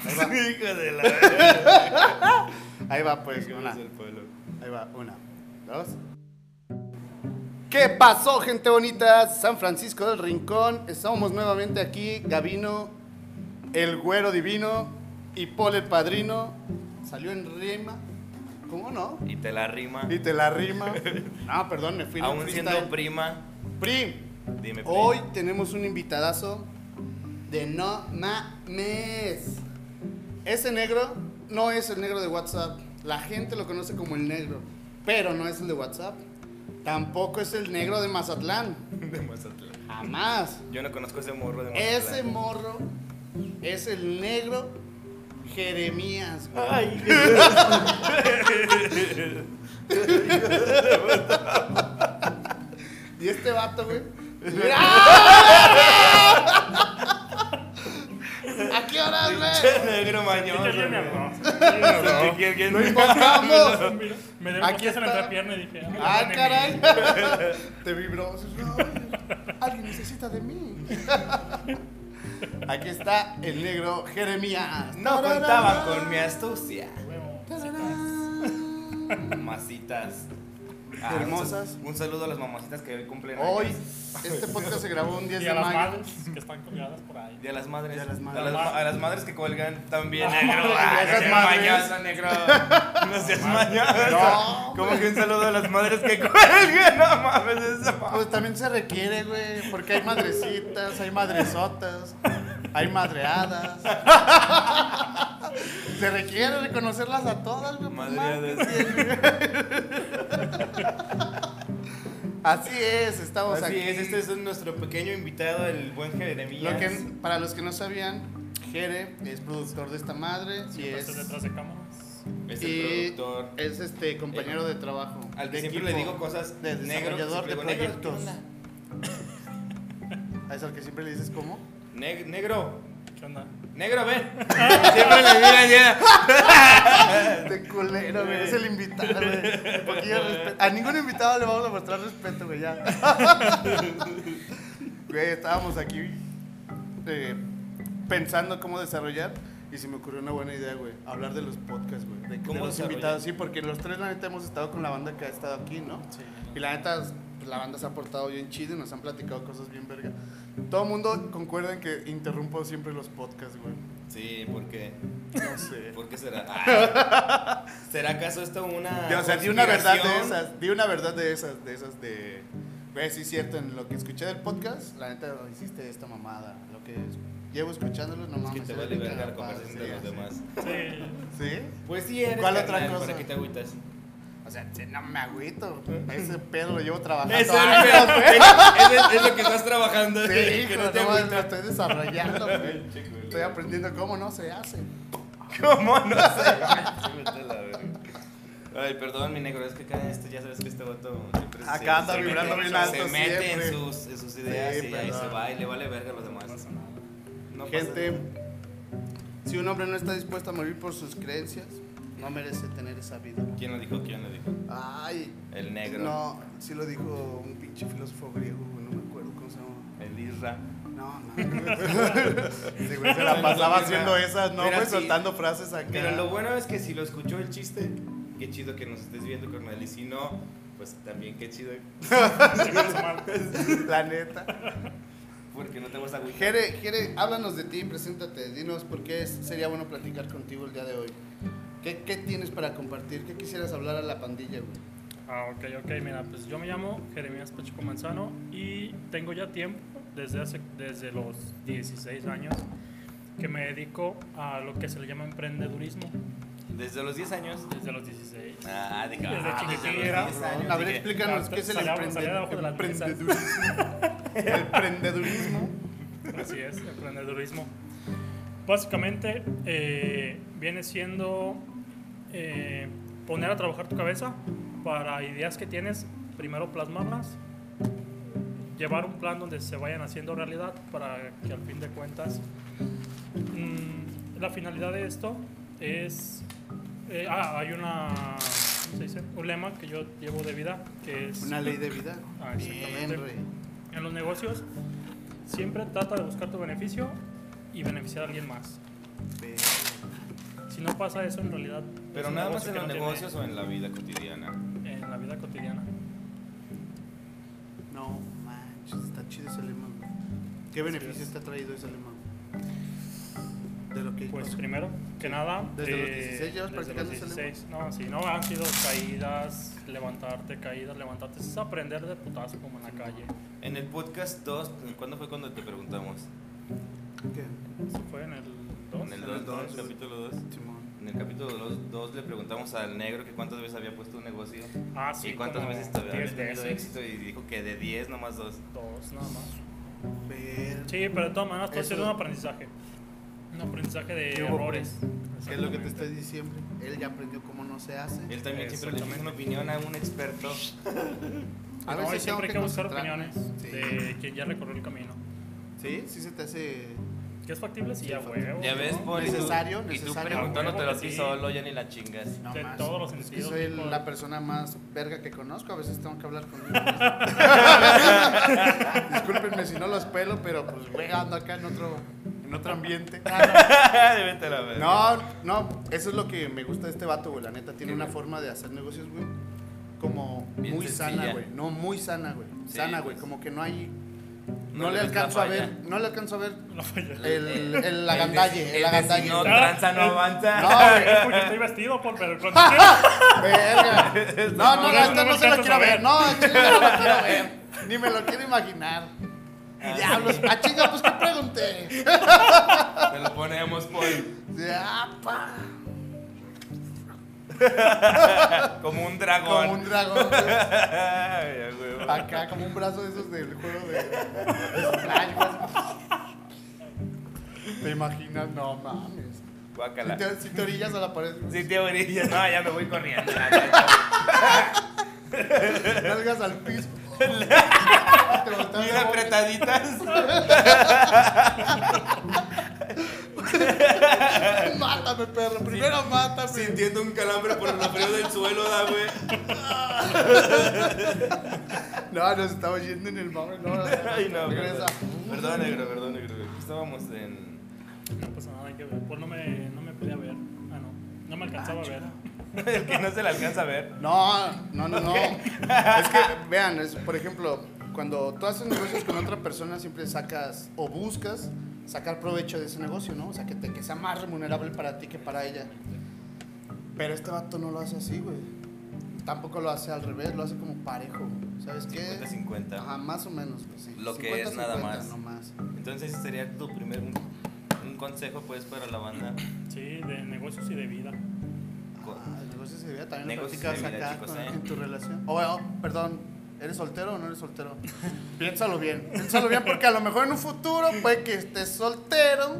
Ahí va. Hijo de la. Ahí va, pues, ¿Qué una. más del pueblo? Ahí va, una, dos. ¿Qué pasó, gente bonita? San Francisco del Rincón. Estamos nuevamente aquí, Gavino, el güero divino y Paul el padrino. Salió en rima. ¿Cómo no? Y te la rima. Y te la rima. No, perdón, me fui en un Aún siendo freestyle. prima, Prim. dime. prima. Hoy tenemos un invitadazo de no mames. Ese negro no es el negro de WhatsApp. La gente lo conoce como el negro, pero no es el de WhatsApp. Tampoco es el negro de Mazatlán. De Mazatlán. Jamás. Yo no conozco ese morro de Ese Mazatlán. morro es el negro Jeremías. güey. Y este vato, güey. ¿A qué hora, güey? Ese negro mañón. Vamos. ¿Qué- qué- Lo invocamos. Me dio Aquí aquí en la está. entrepierna y dije, Ah, no, caray. no, Te vibró. No, alguien necesita de mí. Aquí está el negro Jeremías. No contaban con mi astucia. no. Mamacitas. Ah, Hermosas. Un, sal- un saludo a las mamacitas que hoy cumplen. Hoy, años. este podcast se grabó un 10 Y a de las mayo. madres que están colgadas por ahí. Y a las madres. Y a las madres. A las, ma- a las madres que cuelgan también. Negro. a Ah, no esas seas madres. mañoso, negro. No seas mañoso. No. Como que un saludo a las madres que cuelgan. No mames, eso. Pues también se requiere, güey, porque hay madrecitas, hay madresotas, hay madreadas. Se requiere reconocerlas a todas, güey. pues, man. Madreadas. Así es, estamos Así aquí. es, este es nuestro pequeño invitado, el buen Jeremías. Lo que, para los que no sabían, Jere es productor de esta madre y Siempre estoy es, detrás de cámaras. Es el y productor. es este compañero de trabajo. Al que de siempre le equipo, digo cosas de negro, desarrollador de siempre le digo, "Negro, ¿qué proyectos. onda? Es al que siempre le dices cómo. Neg- negro, ¿Qué onda? negro, ven. siempre le digo así. Este culero, güey. Es el invitado, güey. Un poquillo de respeto. A ningún invitado le vamos a mostrar respeto, güey, ya. Güey, estábamos aquí eh, pensando cómo desarrollar y se me ocurrió una buena idea, güey. Hablar de los podcasts, güey. De, de ¿Cómo los desarrollar? invitados, sí, porque los tres, la neta, hemos estado con la banda que ha estado aquí, ¿no? Y la neta, pues, la banda se ha portado bien chido y nos han platicado cosas bien verga. Todo el mundo concuerda en que interrumpo siempre los podcasts, güey. Sí, porque. No sé. ¿Por qué será? Ah. ¿Será acaso esto una.? Ya, o sea, di una verdad de conspiración? esas, di una verdad de esas, de esas de... Güey, sí es cierto, en lo que escuché del podcast, la neta hiciste esta mamada, lo que es- llevo escuchándolo, no Es mames. que te era vale de verga cada la paso, conversación de los sí, demás. Sí. sí. ¿Sí? Pues sí, eres ¿Cuál otra carnal, cosa? ¿Para qué te agüitas? O sea, sí, no me agüito, ese pedo lo llevo trabajando. Es, años, güey. es lo que estás trabajando. Sí, que hijo, no te no, lo agüitas. estoy desarrollando, güey. Chico, güey. Estoy aprendiendo cómo no se hace. ¿Cómo no sé? Ay, perdón, mi negro, es que acá este, ya sabes que este vato siempre Acá anda vibrando mete, bien alto Se mete siempre. en sus, en sus ideas Sí, y ahí perdón. se va y le vale verga a los demás. No pasa Gente, nada. si un hombre no está dispuesto a morir por sus creencias, no merece tener esa vida. ¿Quién lo dijo? ¿Quién lo dijo? Ay, El negro. No, sí lo dijo un pinche filósofo griego, güey, no me acuerdo cómo se llama. El Isra. No, no. Sí, güey, se la pasaba haciendo esas, ¿no? Mira, Güey, sí. soltando frases acá. Pero lo bueno es que si lo escuchó el chiste, qué chido que nos estés viendo, carnal. Y si no, pues también qué chido. Chingas mal. La neta. Porque no te vas a agüitar. Jere, Jere, háblanos de ti, preséntate, dinos por qué es- sería bueno platicar contigo el día de hoy. ¿Qué, qué tienes para compartir? ¿Qué quisieras hablar a la pandilla, güey? Ah, ok, ok. Mira, pues yo me llamo Jeremías Pacheco Manzano y tengo ya tiempo, desde, hace, desde los 16 años, que me dedico a lo que se le llama emprendedurismo. Desde los 10 años. Desde los 16. Ah, de que- Desde ah, desde los chiquitera. 10 años, A ver, dije, explícanos, ¿qué es el Salí abajo- salí abajo de emprende- las mesas. emprendedurismo? El emprendedurismo. Así es, emprendedurismo. Básicamente eh, viene siendo eh, poner a trabajar tu cabeza para ideas que tienes, primero plasmarlas, llevar un plan donde se vayan haciendo realidad para que al fin de cuentas mm, la finalidad de esto es... eh, ah, hay una... ¿Cómo se dice? Un lema que yo llevo de vida que es... Una ley de vida. Ah, exactamente. Bien, rey. En los negocios siempre trata de buscar tu beneficio y beneficiar a alguien más. Bien. Si no pasa eso, en realidad. es Pero un nada más negocio en que los no tiene- negocios o en la vida cotidiana. En la vida cotidiana. No manches, está chido ese lema. güey. ¿Qué beneficios te ha traído ese lema? güey? De lo que Pues pasó. primero que nada. eh, Desde los 16 llevas desde los practicando ese 16. No, sí, no, han sido caídas, levantarte, caídas, levantarte. Es aprender de putazo como en la calle. En el podcast 2, ¿cuándo fue cuando te preguntamos? ¿Qué? Eso fue en el 2. En el En el 2, dos. capítulo 2. Simón. En el capítulo 2 le preguntamos al negro que cuántas veces había puesto un negocio Ah, sí. y cuántas como veces te había 10 tenido veces. éxito y dijo que de 10 nomás dos. Dos, nada más. Ver. Sí, pero de todas maneras, todo ha Eso- sido un aprendizaje. Un aprendizaje de ¿Qué hubo, pues? errores. ¿Qué es lo que te Exactamente. estoy diciendo? Él ya aprendió cómo no se hace. Él también siempre le pide una opinión a un experto. A No, y veces tengo siempre hay que buscar concentrarme. opiniones Sí. de quien ya recorrió el camino. ¿Sí? ¿Sí se te hace...? Que es factible si ya huevo. Ya ves, ¿no? Paul, y tú- Necesario, y tú necesario. preguntándotelo Sí. así solo, ya ni la chingas. No De más. todos los Es que sentidos, soy tipo- la persona más verga que conozco. A veces tengo que hablar conmigo. Discúlpenme si no los pelo, pero pues güey, ando acá en otro, en otro ambiente. Vete a la verga. No, no, eso es lo que me gusta de este vato, güey. La neta, tiene una forma de hacer negocios, güey. Como Bien muy sana, sencilla. güey. No, muy sana, güey. Sí, sana, güey. pues. Como que no hay. No, No le le ves la alcanzo a falla. ver. No le alcanzo a ver No pues falla. el, el El de- agandalle. el El de agandalle. si no güey. tranza, no Ah, avanza. No, güey. Es porque pues, estoy vestido, Paul, pero cuando quiera. Verga. No, no, Por no, eso este no no me se lo alcanzas quiero a ver. ver. No, al chile no me lo quiero ver. Ni me lo quiero imaginar. Diablos. Ah, chinga, pues que pregunté. Te lo ponemos, Paul. Ya, ah, pa. Como Como un un dragón. dragón. güey. Ay, a huevo. Acá, como un brazo de esos del juego de. de Smash, güey. ¿Te imaginas? No mames. Si Guácala. te, si te orillas a la pared, Sí, tío Bonilla. No, ya me voy corriendo. la neta. nalgas al piso. Te volteas Bien a ver. apretaditas. Mátame, perro. Primero mátame. Sintiendo un calambre por el frío del suelo, da, güey. No, nos estamos yendo en el mame. No, no, no. Ay, no, Regresa. perdón. Perdón, negro, perdón, negro. Aquí estábamos en. No pasa nada, hay que ver. Paul no me, no me podía ver. Ah, no. No me alcanzaba a ver. El que no se le alcanza a ver. No, no, no, no. Es que, vean, es, por ejemplo, cuando tú haces negocios con otra persona, siempre sacas o buscas sacar provecho de ese negocio, ¿no? O sea, que, te, que sea más remunerable para ti que para ella. Pero este vato no lo hace así, güey. Tampoco lo hace al revés, lo hace como parejo. ¿Sabes qué? 50-50. Ajá, más o menos, pues sí. Lo que es nada más. No más. Entonces, ese sería tu primer. Un, un consejo, pues, para la banda. Sí, de negocios y de vida. Co- Ah, el negocio se debe también lo Negocios practicas de vida, acá chicos, con- ¿eh? en tu relación. Oh, oh, perdón, ¿eres soltero o no eres soltero? piénsalo bien, piénsalo bien porque a lo mejor en un futuro puede que estés soltero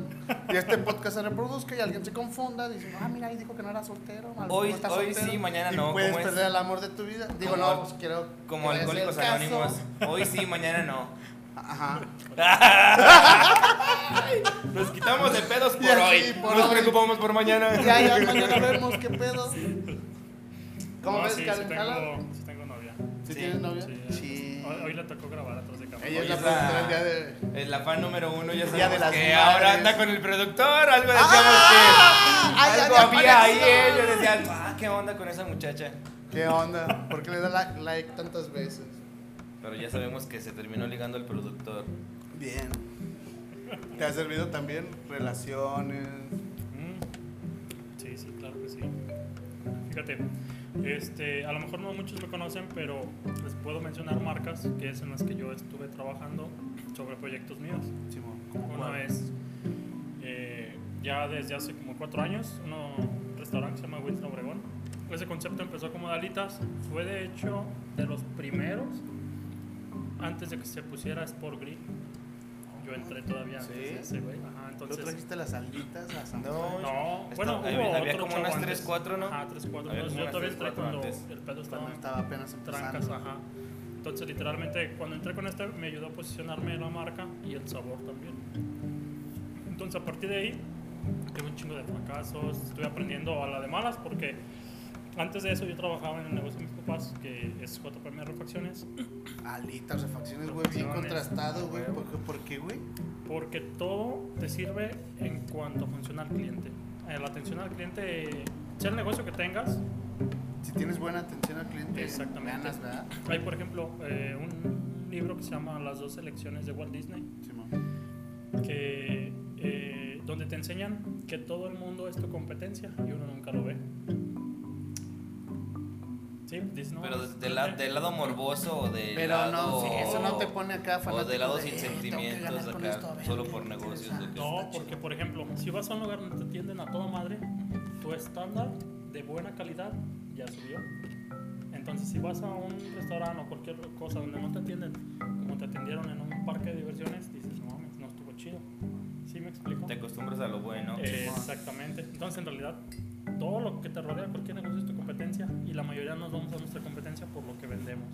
y este podcast se reproduzca y alguien se confunda, dice, ah, mira, ahí dijo que no era soltero. a lo mejor Hoy- estás hoy soltero", sí, mañana y no, Puedes ¿cómo es? perder el amor de tu vida. Digo, Como no, al- pues quiero... Como que vaya a ser el alcohólicos caso. anónimos. Hoy sí, mañana no. Ajá. Nos quitamos de pedos Y por así, hoy. por Nos hoy. preocupamos por mañana. Ya, ya, mañana vemos qué pedo. ¿Cómo No, ves, sí, sí Karen? ¿Jala? tengo, sí tengo novia. ¿Sí, Sí. tienes novia? Sí, Hoy, hoy le tocó grabar atrás de cámara. Ella es Hoy la es productora del la- día de... Es la fan número uno, ya Día de sabemos las que Madres. ahora anda con el productor, algo decíamos que Ah, ay, algo ya había ahí, apareció. eh, yo decía, ah, ¿qué onda con esa muchacha? ¿Qué onda? ¿Por qué le da la- like tantas veces? Pero ya sabemos que se terminó ligando el productor. Bien. ¿Te ha servido también relaciones? Mm, Sí, sí, claro que sí. Fíjate, este, a lo mejor no muchos me conocen, pero les puedo mencionar marcas que es en las que yo estuve trabajando sobre proyectos míos. Una vez, eh, ya desde hace como cuatro años, uno- un restaurante que se llama Wilson Obregón. Ese concepto empezó como Dalitas, fue de hecho de los primeros antes de que se pusiera Sport Grill. Yo entré todavía antes ¿Sí? de ese, güey. Ajá, ¿Tú entonces. trajiste las alitas? Las No, No, Está- bueno, había- hubo había otro como unas tres, chavo antes. cuatro, ¿no? Ajá, tres, cuatro. Había Entonces, como yo unas todavía tres, entré cuatro cuando antes. el pedo estaba Cuando estaba apenas empezando. trancas, ajá. Entonces, literalmente, cuando entré con este, me ayudó a posicionarme la marca y el sabor también. Entonces, a partir de ahí, tuve un chingo de fracasos, estuve aprendiendo a la de malas porque antes de eso yo trabajaba en el negocio de mis papás, que es JPM Refacciones, Alitas, refacciones, güey, bien Refacciones. contrastado, güey. ¿Por qué, por qué, güey? porque todo te sirve en cuanto funciona al cliente. eh, la atención al cliente, sea el negocio que tengas, Si tienes buena atención al cliente, Exactamente. ganas, ¿verdad? hay por ejemplo eh, un libro que se llama Las dos elecciones de Walt Disney, Simón. que, eh, donde te enseñan que todo el mundo es tu competencia y uno nunca lo ve. Sí, Disney. Pero de- de la- del lado morboso o del pues, Pero no, lado... sí, eso no te pone acá O fanático del lado de, sin "Eh, tengo que sentimientos ganar con esto, a acá, ver, solo ¿qué por te negocios. interesa? de que- No, porque por ejemplo, si vas a un lugar donde te atienden a toda madre, tu estándar de buena calidad ya subió. Entonces, si vas a un restaurante o cualquier cosa donde no te atienden como te atendieron en un parque de diversiones, dices, no mames, no estuvo chido. ¿Sí me explico? Te acostumbras a lo bueno. Eh, exactamente. Entonces, en realidad, todo lo que te rodea, cualquier negocio es tu competencia y la mayoría nos vamos a nuestra competencia por lo que vendemos.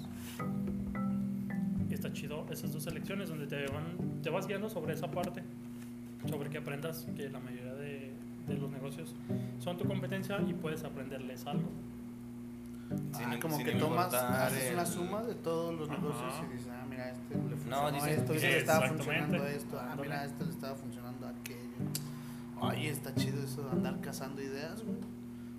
Y está chido esas dos elecciones donde te, van, te vas guiando sobre esa parte, sobre que aprendas que la mayoría de, de los negocios son tu competencia y puedes aprenderles algo. Sin- Ah, como sin que tomas, importar haces el- una suma de todos los Ajá. negocios y dices, ah, mira, este le funcionó No, dices, esto, este le estaba Exactamente. funcionando esto, ah, Ándale. mira, este le estaba funcionando aquello. Ay, está chido eso de andar cazando ideas, güey.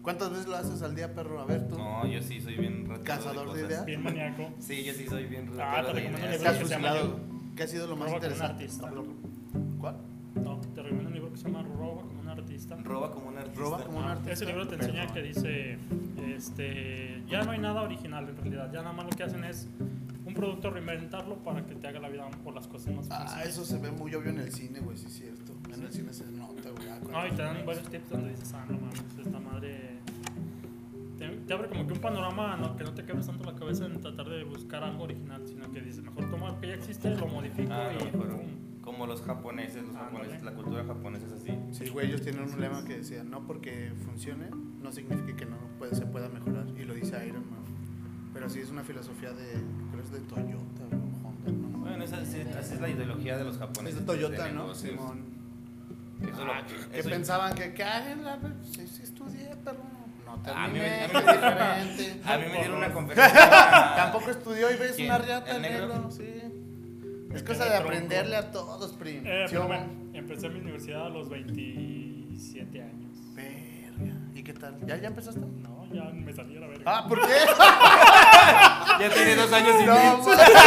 ¿Cuántas veces lo haces al día, perro? A ver, tú. No, yo sí soy bien ratero Cazador de cosas. ideas. Bien maníaco. Sí, yo sí soy bien Ah, ratero te de recomiendo ideas. ¿Qué has que se llama fusilado? yo. ¿Qué ha sido lo más Roba con un interesante? artista. ¿Cuál? No, te recomiendo un libro que se llama Roba como un artista. Roba como un artista. Roba como un Ah, artista. Ese libro te enseña que dice, este, ya no hay nada original en realidad, ya nada más lo que hacen es un producto reinventarlo para que te haga la vida por las cosas más Ah, fáciles. eso se ve muy obvio en el cine, güey, sí es cierto. En el cine se nota, güey. ah, con No, y te dan los- varios tips donde dices, ah, no mames, esta madre... Te, te abre como que un panorama no, que no te quebres tanto la cabeza en tratar de buscar algo original, sino que dices, mejor toma lo que ya existe, lo modifico Ah, y... no, pero pum. como los japoneses, los Ándale. japoneses, la cultura japonesa es así. Sí, güey, ellos tienen un lema que decía, no porque funcione, no significa que no puede- se pueda mejorar. Y lo dice Iron Man. Pero sí es una filosofía de, creo es de Toyota o Honda, ¿no? Bueno, esa, sí, así es la ideología de los japoneses. es de Toyota, de ¿no? negocios. Simón. Eso lo- Que eso- pensaban que, que háganla, sí, sí estudié, pero no A mí me- terminé, a mí me- que es diferente. A mí me dieron una conferencia. Tampoco estudió y ves ¿Quién? una riata ¿El negro? negro? sí. Me Es cosa quedé de tronco. aprenderle a todos, primo. Eh, ¿Sí, pero o no? bueno, empecé mi universidad a los 27 años. Verga. ¿Y qué tal? ¿Ya, ya empezaste? No, ya me salí a la verga. Ah, ¿por qué? Ya tiene dos años y No, pues. medio.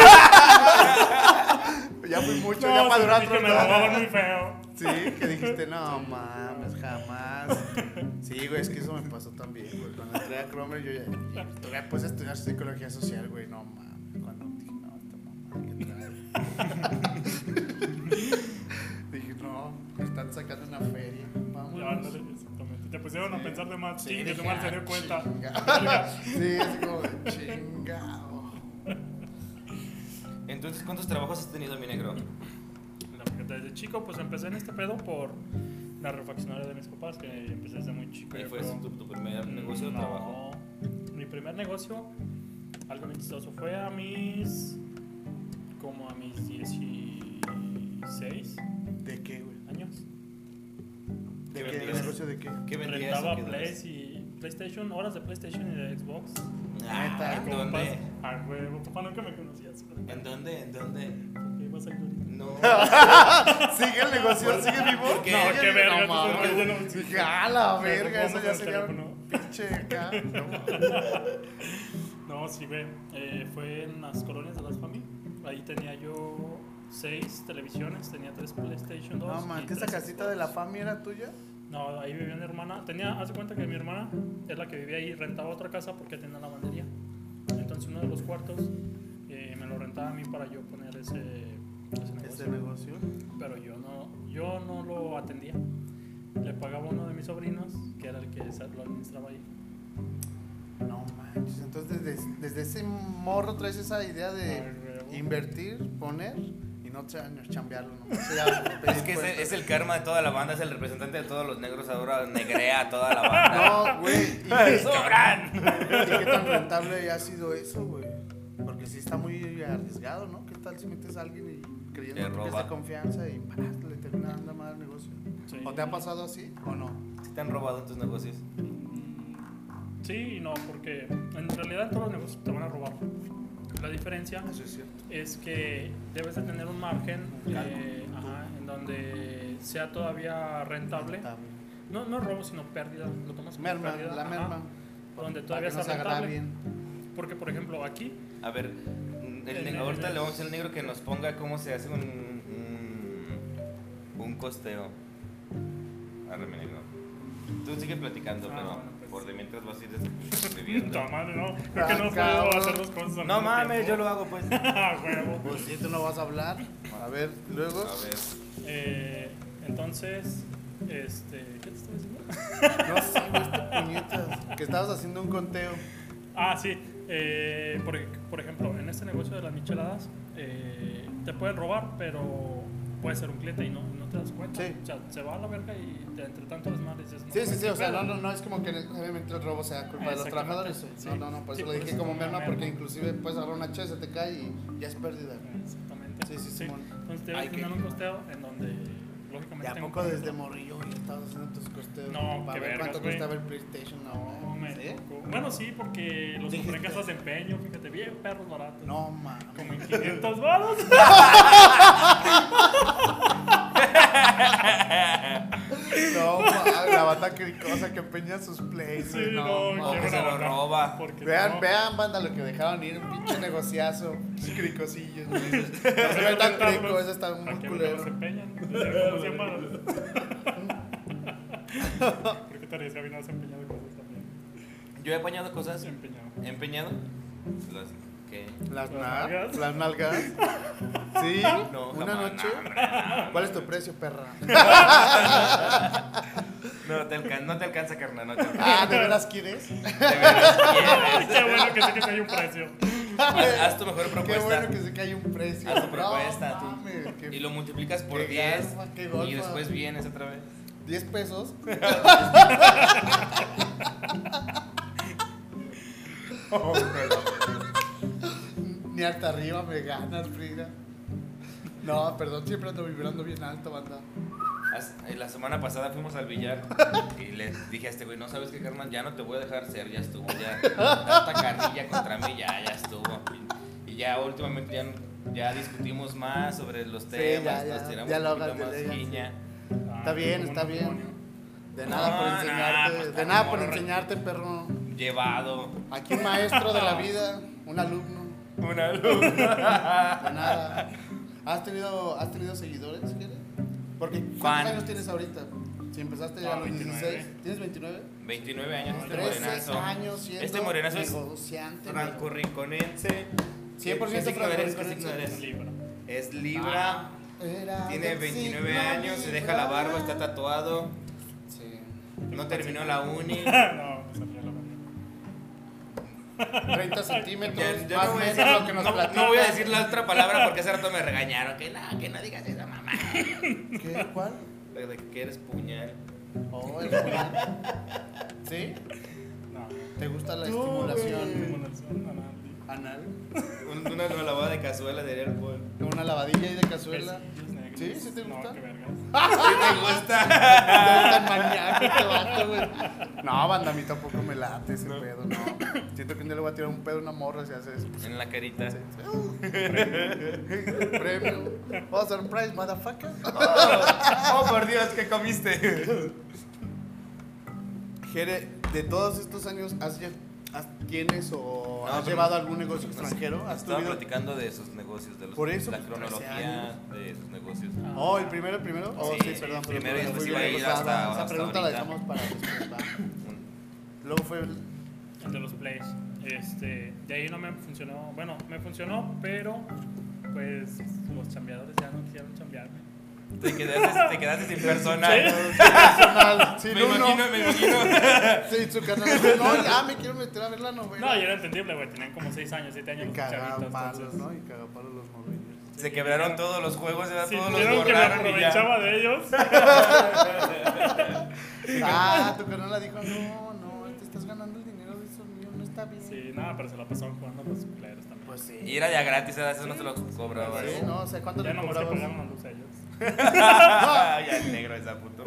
ma- ya fui mucho, No, ya sí, maduró dije, otro me lado. robaban muy feo. Sí, que dijiste, no mames, jamás. Sí, güey, es que eso me pasó también, güey. Cuando entré a Cromer, yo ya. Te voy a pues, estudiar psicología social, güey, no mames. Cuando dije, no, esta mamá, ¿qué trae? dije, no, me están sacando una feria. Vamos. Ya, Ah, ándale, exactamente. Te pusieron a Sí. pensar de más. Sí, Sí, que dije, tu madre Pues se ah, dio cuenta. chinga. sí, es como de chingado. Entonces, ¿cuántos trabajos has tenido, mi negro? No, porque Desde chico, pues empecé en este pedo por la refaccionaria de mis papás, que empecé desde muy chico. ¿Cuál yo fue creo. tu, tu primer negocio de Mm, No, trabajo? Mi primer negocio, algo bien chistoso, fue a mis. como a mis 16 ¿De qué, güey? años. ¿De ¿Qué qué? vendías? negocio de qué? ¿Qué vendías? o Rentaba qué Play dabas? y PlayStation, horas de PlayStation y de Xbox. Ah, ¿En Neta. dónde? A huevo, papá, nunca me conocías. ¿En dónde? ¿En dónde? ¿Por qué vas a ir ahorita? No. ¿Sigue el negocio? ¿Sigue vivo? ¿Por qué? No, qué verga, pues, tú mames. sabes, yo no- Dije, a la Nos verga, eso ocupamos ya del sería teléfono. un pinche acá. No mames. No, sí, ve. eh, fue en las colonias de las familias. Ahí tenía yo seis televisiones, tenía tres PlayStation 2. No, y man, ¿que esa tres casita de la Xbox. familia era tuya? No, ahí vivía mi hermana. Tenía, hace cuenta que mi hermana es la que vivía ahí, rentaba otra casa porque tenía lavandería. Entonces uno de los cuartos eh, me lo rentaba a mí para yo poner ese, ese negocio. Ese negocio. Pero yo no, yo no lo atendía. Le pagaba a uno de mis sobrinos, que era el que se- lo administraba ahí. No manches, entonces desde, desde ese morro traes esa idea Ay, de huevo. invertir, poner y no tra- chambearlo, ¿no? Sí, ya, Es pedir que es el, cuentas. es el karma de toda la banda, es el representante de todos los negros ahora negrea a toda la banda. No, güey. ¿Y, qué- ¡Sobran! y qué tan rentable ha sido eso, güey? Porque sí está muy arriesgado, ¿no? ¿Qué tal si metes a alguien y creyendo Te tú que es de roba. confianza y ¡pah! le termina dando mal el negocio? Sí. ¿O te ha pasado así o no? ¿Sí te han robado en tus negocios? Mm, Sí y no, porque en realidad en todos los negocios te van a robar. La diferencia Eso es cierto. es que debes de tener un margen eh, ajá, en donde sea todavía rentable no, no robo, sino pérdida. Lo tomas como Merma, pérdida, la ajá, merma. Donde Para todavía que no es se agarra rentable. bien. Porque, por ejemplo, aquí, A ver, mm, el El ne- negro, ahorita el le negro. vamos a decir al negro que nos ponga cómo se hace un, un, un costeo. Arre, mi negro. Tú sigue platicando, Ah, pero bueno, pues. por de mientras vas a ir puta describiendo. madre, no. Creo que no Ah, cabrón. puedo hacer dos cosas. al No mismo mames, yo tiempo. lo hago pues. A Ah, huevo. Pues si tú no vas a hablar. A ver, luego. ver. Eh, entonces, este, ¿qué te estaba diciendo? No sé, güey, este puñetas. Que estabas haciendo un conteo. Ah, sí. eh, por, por ejemplo, en este negocio de las micheladas, eh, te pueden robar, pero puede ser un cliente y no, no te das cuenta. Sí. O sea, se va a la verga y te- entre tanto desmadre dices... no, Sí, sí, sí. O sea, pero- no, no, no es como que obviamente el robo sea culpa de los Exactamente, trabajadores. sí. No, no, no. Por Sí, eso por le dije eso como como merma, merma. porque inclusive puedes agarrar una chela, se te cae y ya es pérdida. güey. Exactamente. Sí, sí, Simón. Entonces te Ay, debes qué- tener un costeo en donde, lógicamente... ¿Y a tengo poco un- desde morrillo güey, estabas haciendo tus costeos? No, para ver qué vergas, cuánto güey. costaba el PlayStation No, ahora. me ¿Sí? tocó. Bueno, sí, porque los compré en casas de empeño, fíjate, bien perros baratos. No, mames. Como en 500 baros. No, mames. La bata que cosa que empeña sus plays. Sí, güey, no, mames. O qué que se buena lo onda. roba. Porque Vean, no. vean, banda, lo que dejaron ir, un pinche negociazo, esos cricosillos. güey. No se ve tan Rentarlos crico, eso está para muy que culero. vean que los empeñan. Entonces, como cien varos. Creo que te arriesga bien a desempeñado cosas también. Yo he apañado cosas. Empeñado. ¿Empeñado? Las que. Las, Las na- nalgas. las nalgas. Sí, No, una jamás, noche. no, hombre, no, ¿Cuál es tu precio, perra? No te alcanza, no te alcanza, carnal, no te alcanza. Ah, ¿de veras quieres? Ay, qué bueno que sé que hay un precio. Haz, haz tu mejor Qué propuesta. bueno que sé que hay un precio. Haz tu propuesta, tú. No, mames, qué- Y lo multiplicas por Qué 10 garfa, qué y golfa. después vienes otra vez. 10 pesos. Oh, Ni hasta arriba me ganas, Frida. No, perdón, siempre ando vibrando bien alto, banda. Haz- eh, La semana pasada fuimos al billar y le dije a este güey, no sabes qué, carnal, ya no te voy a dejar ser, ya estuvo, ya. Tanta carrilla contra mí, ya, ya estuvo. Y, y ya últimamente ya, ya discutimos más sobre los ya, temas, ya, nos tiramos un dialogas, poquito más dialogas, sí. guiña. Ah, Está bien, como un está bien. matrimonio. De nada por No, enseñarte, no, pues, de nada por morro. enseñarte, perro. Llevado. Aquí un maestro de la vida, un alumno, Una luz. de nada. ¿Has tenido, has tenido seguidores, Jere? Porque ¿cuántos Fan. años tienes ahorita? Si empezaste a Ah, los 16, 29. ¿tienes 29? 29 años este 13 morenazo. años siendo Este morenazo es negociante, franco güey. rinconense. 100% ¿Qué signo eres? ¿Qué franco signo rinconense. eres? Ah. Es Es libra. Libra, Era tiene del 29 signo años, se deja Libra. la barba, está tatuado, Sí. no terminó la uni. no, me salió la verdad. 30 centímetros, Ya- ya más no o voy a menos decir- lo que nos no- platican. no voy a decir la otra palabra porque hace rato me regañaron. Que no, que no digas esa mamá. ¿Qué? ¿Cuál? De que eres puñal. Oh, el puñal. ¿Sí? No, ¿Te gusta la No, estimulación estimulación anal. anal? Un- Una nueva lavada de cazuela de alcohol. Con una lavadilla ahí de cazuela. Besillos negros. Sí, sí te gusta. No, qué vergas. ¿Qué te gusta? Tan maníaco este vato, güey. No, banda, a mí tampoco me late ese pedo, no. Siento que un día le voy a tirar un pedo a una morra si hace eso. En la carita. Premio. Oh, surprise, motherfucker. Oh, por Dios, ¿qué comiste? Jere, de todos estos años, ¿has lle- has- ¿tienes o No, has Ah, pero- llevado algún negocio extranjero? ¿Has Estaba tuvido? platicando de sus negocios, de los, Por eso, la pues, cronología 13 de sus negocios. Oh, ¿el primero, el primero? Oh, sí, Sí, perdón. el primero perdón, y después muy iba a bien, ir pues, va, hasta- va. Esa hasta pregunta la ahorita. Mm. dejamos para después, va. Luego fue el... El de los plays. Este, de ahí no me funcionó. Bueno, me funcionó, pero pues los chambeadores ya no quisieron chambearme. Te quedaste, te quedaste sin personal. personal, sin Me uno. imagino, me imagino. Sí, su canal. No, ya me quiero meter a ver la novela. No, y era entendible, güey. Tenían como 6 años, 7 años Y los cagaban chavitos. palos, entonces. ¿no? Y cagaban palos los morrillos. Se quebraron todos los juegos, ya Si todos los vieron que me borraron y ya. aprovechaba de ellos. Ah, tu canal dijo, no, no, te estás ganando el dinero de eso mío, no está bien. Sí, nada, pero se la pasaban jugando a los culeros también. Pues sí. Y era ya gratis, a eso no se lo cobraba. Sí, no, o sea, ¿cuánto ya le nomás te cobrabas? pagaron la luz a ellos. Ah, ya el negro esa puto.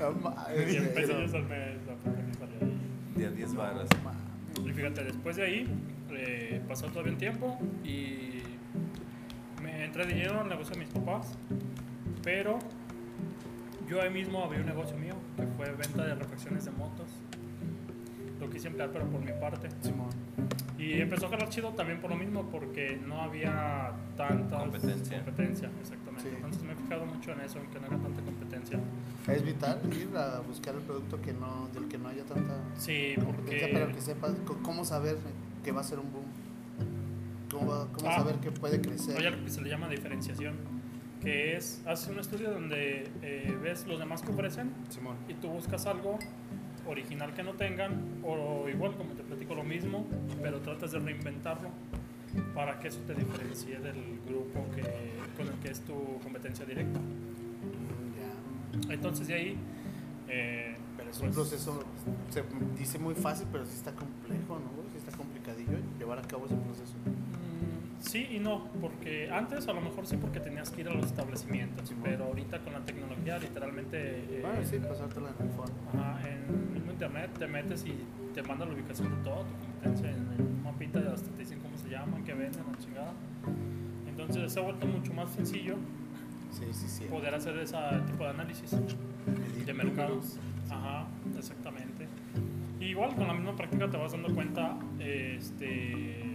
No mames, pero- 100 pesos al mes, la puta que salía ahí. 10 varas. No mames. Y fíjate, después de ahí eh, pasó todavía un tiempo y me eh, entré de lleno al negocio de mis papás, pero yo ahí mismo abrí un negocio mío que fue venta de refacciones de motos. Lo quise emplear, pero por mi parte. Y empezó a jalar chido también por lo mismo, porque no había tanta Competencia. exactamente. Sí. Entonces me he fijado mucho en eso, en que no haya tanta competencia. Es vital ir a buscar el producto que no, del que no haya tanta Sí, competencia, pero porque que sepas c- cómo saber que va a ser un boom. Cómo, va- cómo Ah. saber que puede crecer. hay algo que se le llama diferenciación, que es, haces un estudio donde eh, ves los demás que ofrecen Simón. y tú buscas algo original que no tengan, o igual como te platico lo mismo, pero tratas de reinventarlo para que eso te diferencie del grupo que, con el que es tu competencia directa. Ya. Entonces de ahí... eh, Pero es pues, un proceso, se dice muy fácil, pero sí está complejo, ¿no? Sí está complicadillo llevar a cabo ese proceso. Mm, Sí y no, porque antes a lo mejor sí porque tenías que ir a los establecimientos, pero ahorita con la tecnología literalmente eh, Bueno, Ah, sí, pasártela en el fondo. ajá, en el mismo internet te metes y te manda la ubicación de todo, tu competencia en el mapita y hasta te dicen cómo se llaman, qué venden, la chingada. Entonces se ha vuelto mucho más sencillo Sí, sí, sí. poder hacer ese tipo de análisis de mercados. Ajá, exactamente. Y igual con la misma práctica te vas dando cuenta este,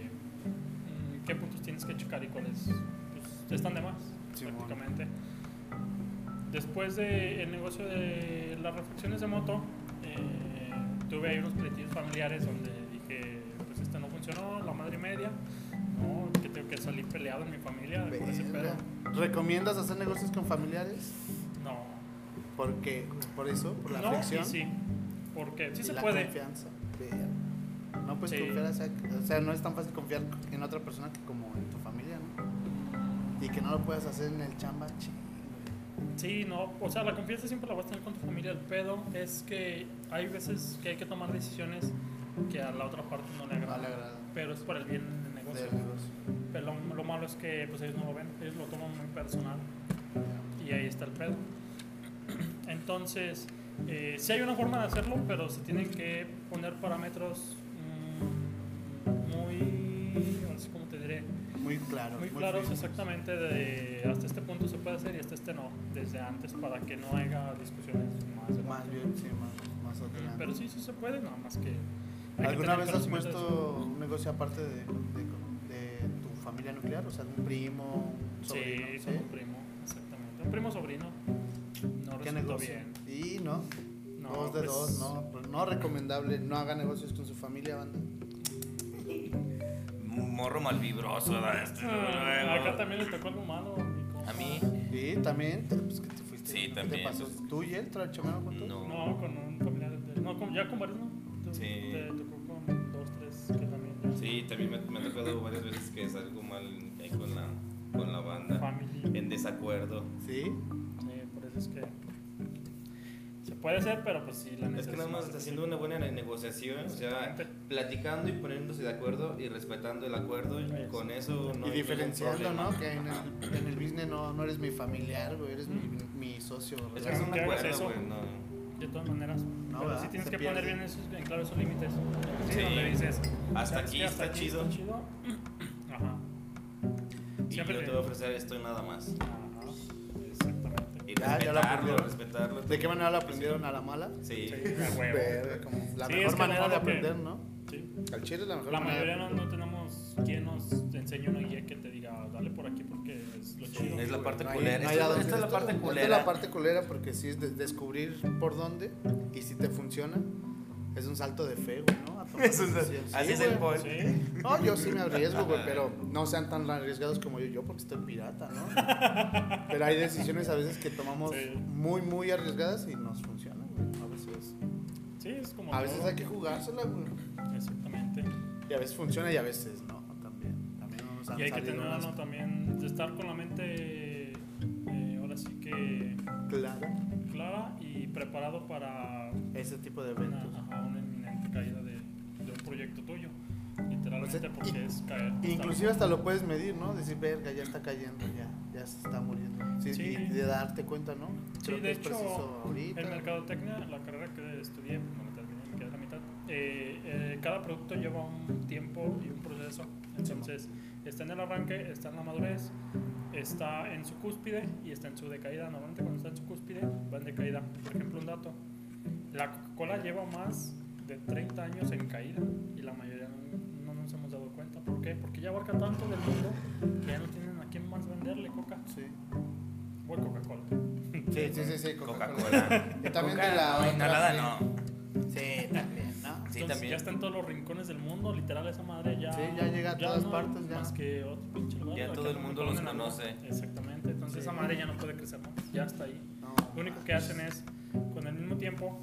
mm, qué puntos tienes que checar y cuáles pues, están de más, Simón. prácticamente. Después del negocio de las refacciones de moto, eh, tuve ahí unos pleitillos familiares donde dije, pues este no funcionó, la madre media, no, que tengo que salir peleado en mi familia por ese pedo. Verga. ¿Recomiendas hacer negocios con familiares? No, Porque, por eso, por la no, fricción. y sí, porque sí y se la puede. confianza. Verga. No puedes Sí. confiar, o sea, que- o sea, no es tan fácil confiar en otra persona que como en tu familia, ¿no? Y que no lo puedas hacer en el chamba, ching, Sí, no, o sea, la confianza siempre la vas a tener con tu familia. El pedo es que hay veces que hay que tomar decisiones que a la otra parte no le güey. No agradan, le agrada. pero es para el bien del negocio. Del negocio. Pero lo, lo malo es que pues, ellos no lo ven, ellos lo toman muy personal y ahí está el pedo. Entonces, eh, sí hay una forma de hacerlo, pero se tienen que poner parámetros mm, muy, no sé cómo te diré, Muy claro. muy claros firme. exactamente de hasta este punto se puede hacer y hasta este no, desde antes para que no haya discusiones más. de- Más bien, sí, más, más ordenado. Pero sí, sí se puede, nada más que... hay que ¿Alguna tener vez has conocimiento de eso. puesto un negocio aparte de, de- de tu familia nuclear? O sea, un primo, un sobrino. sí, con un primo, exactamente. Un primo sobrino. No ¿Qué resultó negocio? bien. Y no, No, dos de pues, dos, no, no recomendable. No haga negocios con su familia, banda. Un morro malvibroso. ¿verdad? Este, Ah, luego. acá también le tocó algo malo. mi compa. A mí, Sí, también. te- Pues que te fuiste. Sí, ¿no? también, ¿Qué pasó? pues- ¿Tú y él trachamearon juntos? no. No, con un familiar. de- no, con- ya con varios, ¿no? Tú- Sí. Te tocó con dos, tres que también. ya- Sí, también me, me ha tocado varias veces que salgo mal ahí con la, con la banda. Family. En desacuerdo. Sí. Sí, por eso es que se puede hacer, pero pues sí, la Es que nada más necesidad- haciendo una buena negociación, o sea, Exactamente. platicando y poniéndose de acuerdo y respetando el acuerdo, y Eso. con eso no y hay diferenciando, ningún ¿no? problema. Que en Ajá. el, en el business no, no eres mi familiar, güey, eres mi, Mm. mi socio. Es ¿verdad? que es un Que hagas acuerdo, eso. güey, no. De todas maneras. No, pero ¿verdad? sí tienes Se que pierde. poner bien esos, en claro esos límites. Sí, Sí. donde dices. Hasta ¿sabes aquí qué? está chido. Ajá. Y yo Siempre te te- voy a ofrecer esto y nada más. Ajá. Exactamente. Ya, Y ya lo respetarlo, aprendieron. respetarlo. ¿De qué manera lo aprendieron? ¿A la mala? Sí. Sí, a huevo. Verga, como la Sí, mejor es que manera lo malo de que- aprender, ¿no? Sí. Al chile es la mejor La manera. mayoría no, no tenemos quien nos enseñe una guía que te diga, dale por aquí porque es lo chido. Es la parte No hay- culera. no hay Esta- dónde- esta es la esto- parte esto culera. es la parte culera porque sí es de- descubrir por dónde y si te funciona. Es un salto de fe, güey, ¿no? A tomar decisiones. Sí, Así es güey. el bol. Sí. No, yo sí me arriesgo, güey, pero no sean tan arriesgados como yo, yo porque estoy pirata, ¿no? Pero hay decisiones a veces que tomamos Sí. muy, muy arriesgadas y nos funcionan, güey. A veces, Sí, es como. a veces todo. hay que jugársela, güey. Exactamente. Y a veces funciona y a veces no, también. También no nos han Y hay que salido tener unas ¿no? también de estar con la mente eh, ahora sí que claras clara y preparado para ese tipo de una, eventos. ajá, una inminente caída de, de un proyecto tuyo. Literalmente O sea, porque in- es caer. Inclusive hasta lo puedes medir, ¿no? Decir, verga, ya está cayendo, ya, ya se está muriendo. Sí, Sí. Y de darte cuenta, ¿no? Sí, de es preciso hecho, ahorita. en mercadotecnia, la carrera que estudié, no me terminé, me quedé a la mitad. eh, eh, cada producto lleva un tiempo y un proceso Entonces, está en el arranque, está en la madurez, está en su cúspide y está en su decaída. Normalmente cuando está en su cúspide, va en decaída. Por ejemplo, un dato. La Coca-Cola lleva más de 30 años en caída y la mayoría no, no nos hemos dado cuenta. ¿Por qué? Porque ya abarca tanto del mundo que ya no tienen a quién más venderle Coca. Sí. O Coca-Cola. Sí, sí, sí, sí, Coca-Cola. Y también de la no, otra, inhalada sí. no. Sí, también, ¿no? Sí, Entonces, también. Ya está en todos los rincones del mundo, literal, esa madre ya. Sí, ya llega a todas no partes, ya. Más que otro pinche lugar, Ya acá todo el no mundo me los ponen a nada. conoce. Exactamente, entonces Sí. esa madre ya no puede crecer más, ya está ahí. No, Lo único que hacen es, con el mismo tiempo,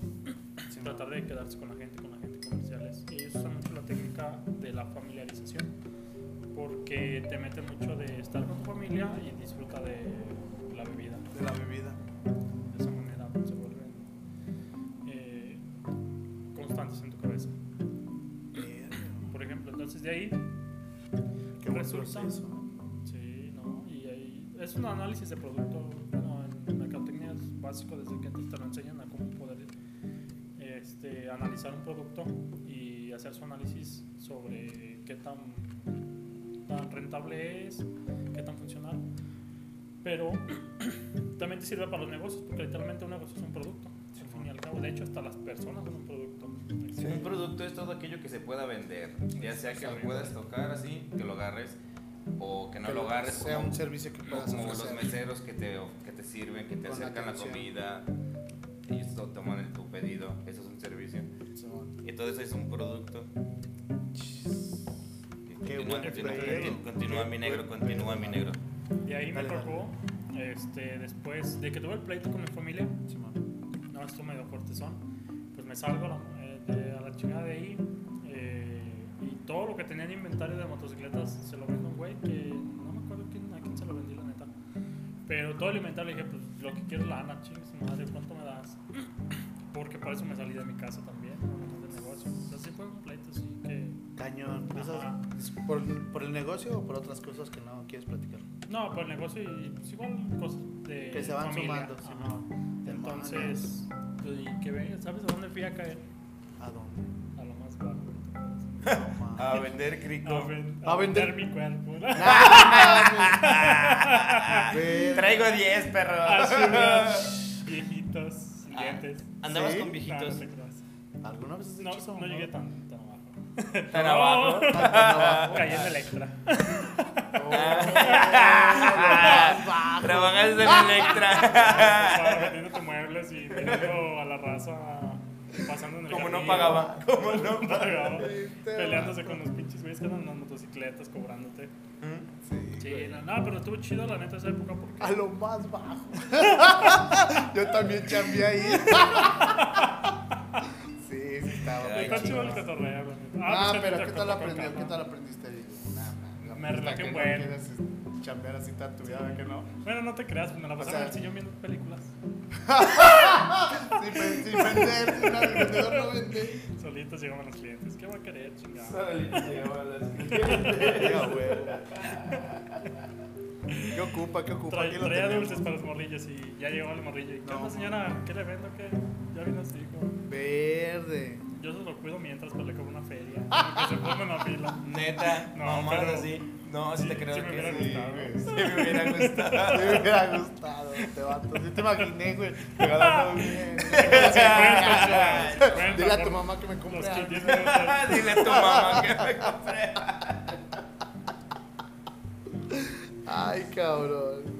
sí, tratar de quedarse con la gente, con la gente comerciales. Y ellos usan mucho la técnica de la familiarización, porque te meten mucho de estar con tu familia y disfruta de la bebida. de la bebida. De esa manera pues, se vuelven eh, constantes en tu cabeza. Por ejemplo, entonces de ahí Qué buen Resulta. proceso. Sí, no, y ahí es un análisis de producto, bueno, en mercadotecnia es básico desde que antes te lo enseñan a cómo poder este, analizar un producto y hacer su análisis sobre qué tan, tan rentable es, qué tan funcional. Pero también te sirve para los negocios, porque literalmente un negocio es un producto, al fin y al cabo. De hecho, hasta las personas son un producto. Un producto es todo aquello que se pueda vender. Ya sea que lo puedas tocar así, que lo agarres, o que no Que lo agarres. sea como- un servicio que O puedas como los ofrecer. meseros que te, que te sirven, que te Con acercan la atención. comida, ellos to- toman el- tu pedido, eso es un servicio. Simón. Y todo eso es un producto. Qué Continúa, buen continúa, proyecto. continúa, continúa, mi negro, continúa mi negro. Y ahí me Dale, dale. tocó, este, después de que tuve el pleito con mi familia, Simón. no, esto medio cortesón, pues me salgo a la, eh, de- a la chingada de ahí eh, y todo lo que tenía en inventario de motocicletas se lo vendo a un güey que no me acuerdo quién, a quién se lo vendí la neta. Pero todo el inventario le dije, pues lo que quiero es lana, chingues, madre, ¿cuánto me das? Porque por eso me salí de mi casa también, del negocio. Entonces sí fue un pleito, sí que... Cañón. Esas- Ajá. es ¿Por, ¿Por el negocio o por otras cosas que no quieres platicar? No, por el negocio y pues, igual cosas de Que se van familia. sumando, ajá. Simón. Entonces, pues, y que ve, ¿sabes a dónde fui a caer? ¿A dónde? A lo más bajo. No, mames. A vender A, crico. ven- A a vender vender. mi cuerpo. Ah. Ver- Traigo 10, perro. Así, viejitos, dientes. Ah. Andabas ¿Sí? con viejitos. No, no te creas. ¿Alguna vez has dicho No, eso? no mamá? llegué tan, tan abajo. Tan abajo. Tanto trabajo. Caí en Electra. Oh, más bajo. Trabajas en Electra. Estaba vendiendo muebles y viendo a la raza pasando en el Como no carril. pagaba. Como no pagaba. Este Peleándose con los pinches güeyes que andan en las motocicletas cobrándote. Sí, güey. no, no, pero estuvo chido la neta esa época porque. A lo más bajo. Yo también chambeé ahí. sí, sí estaba. Ay, Está muy chido chido. el cotorreo, la neta. Ah, pues, pero te ¿qué tocó tal aprendió? acá, ¿Qué ¿no? tal aprendiste ahí? Nah, nah, la Me puta relajé que un no este, buen. quieres es chambear así toda tu vida, ¿verdad que no? Bueno, no te creas, me la pasaba sea- en el sillón viendo películas. Sin, ven- sin vender, sin nada, el vendedor no vende. Solitos llegaban los clientes. ¿Qué va a querer, chingada? Diga, güey. ¿Qué ocupa? ¿Qué ocupa? Trae- Aquí lo traía tenemos. dulces para los morrillos y ya llegó el morrillo. y, ¿Qué No, onda, señora? ¿Qué le vendo? ¿Qué? Ya vino así, como. Verde. Yo se lo cuido mientras, pero le cobro una feria. Como que se pongan a fila. Neta, No, no, más pero- así. No, si te sí creo me hubiera que sí. gustado. Sí, me hubiera gustado. Me hubiera gustado este vato. Sí te imaginé, güey. Regalando bien. Dile a tu mamá que me Los compre algo. 15 minutos. Dile a tu mamá que me compré. Ay, cabrón.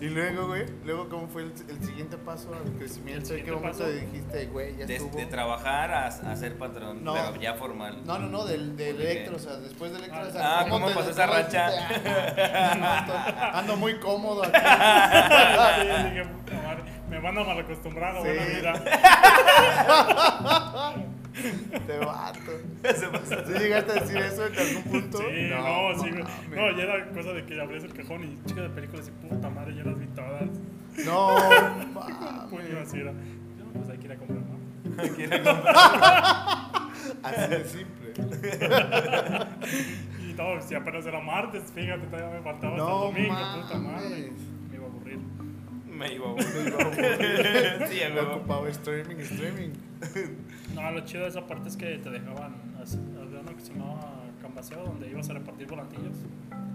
Y luego, güey, luego cómo fue el, el siguiente paso al crecimiento. El ¿En qué siguiente momento paso- dijiste, güey, ya De, este estuvo? de trabajar a, a ser patrón, No. pero ya formal. no, no, no, del, del ¿De qué? Electro, o sea, después del Electro. Ah, o sea, ah, ¿cómo te- pasó esa cómo racha? dijiste, "Ah, Ando muy cómodo aquí. Sí, dije, "Puta madre, me van a malacostumbrar a Sí. buena vida. Te este vato. Se pasó. ¿Sí llegaste a decir eso en algún punto? Sí, no, sí, güey. mames. No, ya era cosa de que abrías el cajón y chica de películas y puta madre, ya las vi todas. No, Puño mames. así era. Yo no, pues hay que ir a comprar más. Así de simple. Y todo, si apenas era martes, fíjate, todavía me faltaba hasta el No domingo, puta madre. mames. Me iba a aburrir. Me iba a Me aburrir. iba a aburrir. Sí, a Me huevo. ocupaba streaming, streaming. No, lo chido de esa parte es que te dejaban, hacer- había uno que se llamaba cambaseo donde ibas a repartir volantillos.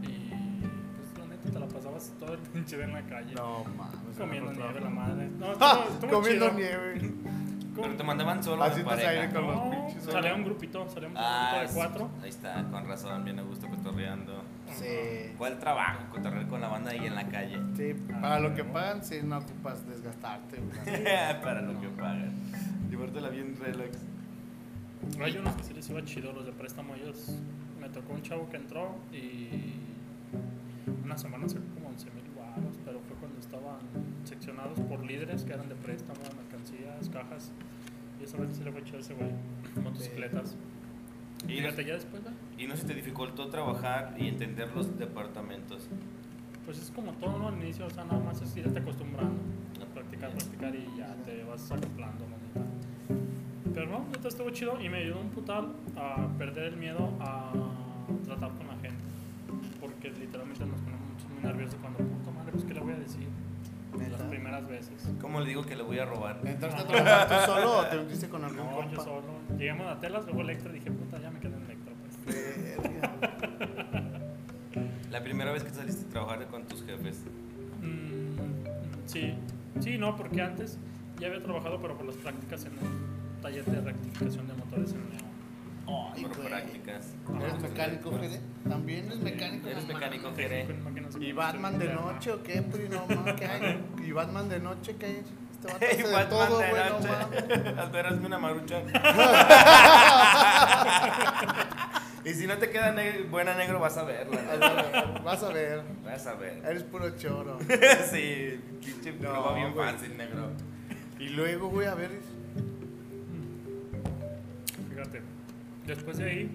Y pues la neta te la pasabas todo el pinche día en la calle. No pues, mames. Comiendo no, nieve, no. la madre. No, Ah, ¡Ja! estuvo- estuvo Comiendo chido. nieve. Como- Pero te mandaban solo Así en estás aire pareja. con los No, pinches. salía un grupito, salía un Ah, grupito de cuatro. ahí está, con razón, bien a gusto cotorreando. Sí. ¿Cuál trabajo? Cotorrear con la banda ahí en la calle. Sí, Para lo que pagan, sí, no ocupas desgastarte. güey. Para lo que pagan. Llevártela bien relax. Hay unos que sí les iba chido, los de préstamo. Ellos me tocó un chavo que entró y una semana sacó como 11 mil baros, pero fue cuando estaban seccionados por líderes que eran de préstamo, mercancías, cajas. Y esa vez sí le fue chido a ese güey, motocicletas. Y Y no, fíjate, ya después, güey, y no se te dificultó trabajar y entender los departamentos. pues es como todo ¿no? al inicio, o sea, nada más es irte acostumbrando, No. practicar, practicar y ya te vas acoplando, la neta. Pero no, neta estuvo chido y me ayudó un putal a perder el miedo a tratar con la gente. Porque literalmente nos ponemos mucho muy nerviosos cuando, puta madre, pues qué le voy a decir las neta. primeras veces. ¿Cómo le digo que le voy a robar? ¿Entraste a trabajar tú solo o te uniste con algún No, yo compa? solo. Llegamos a Telas, luego Electra, dije, puta, ya me quedé en Electra, pues. Verga. La primera vez que saliste a trabajar con tus jefes. Mm, sí, sí, no, porque antes ya había trabajado, pero por las prácticas en un taller de rectificación de motores en León. Ay, por güey. prácticas. ¿Eres mecánico, Fede? ¿También eres mecánico? Eres No mecánico, mames. Fede. Con máquinas ¿Y de Batman de construcción noche o qué? Pues no mames, ¿qué hay? ¿Y Batman de noche qué hay? Este vato Ey, hace de Batman todo, de güey, no noche. mames. Alberasme una marucha. y si no te queda neg- buena negro, vas a verla. Vas a ver, Vas a ver, ¿no? Vas a ver. eres puro choro. sí, pinche No, no, va bien güey. fácil, negro. Y luego, güey, a ver, de- Ah, Fíjate. Después de ahí.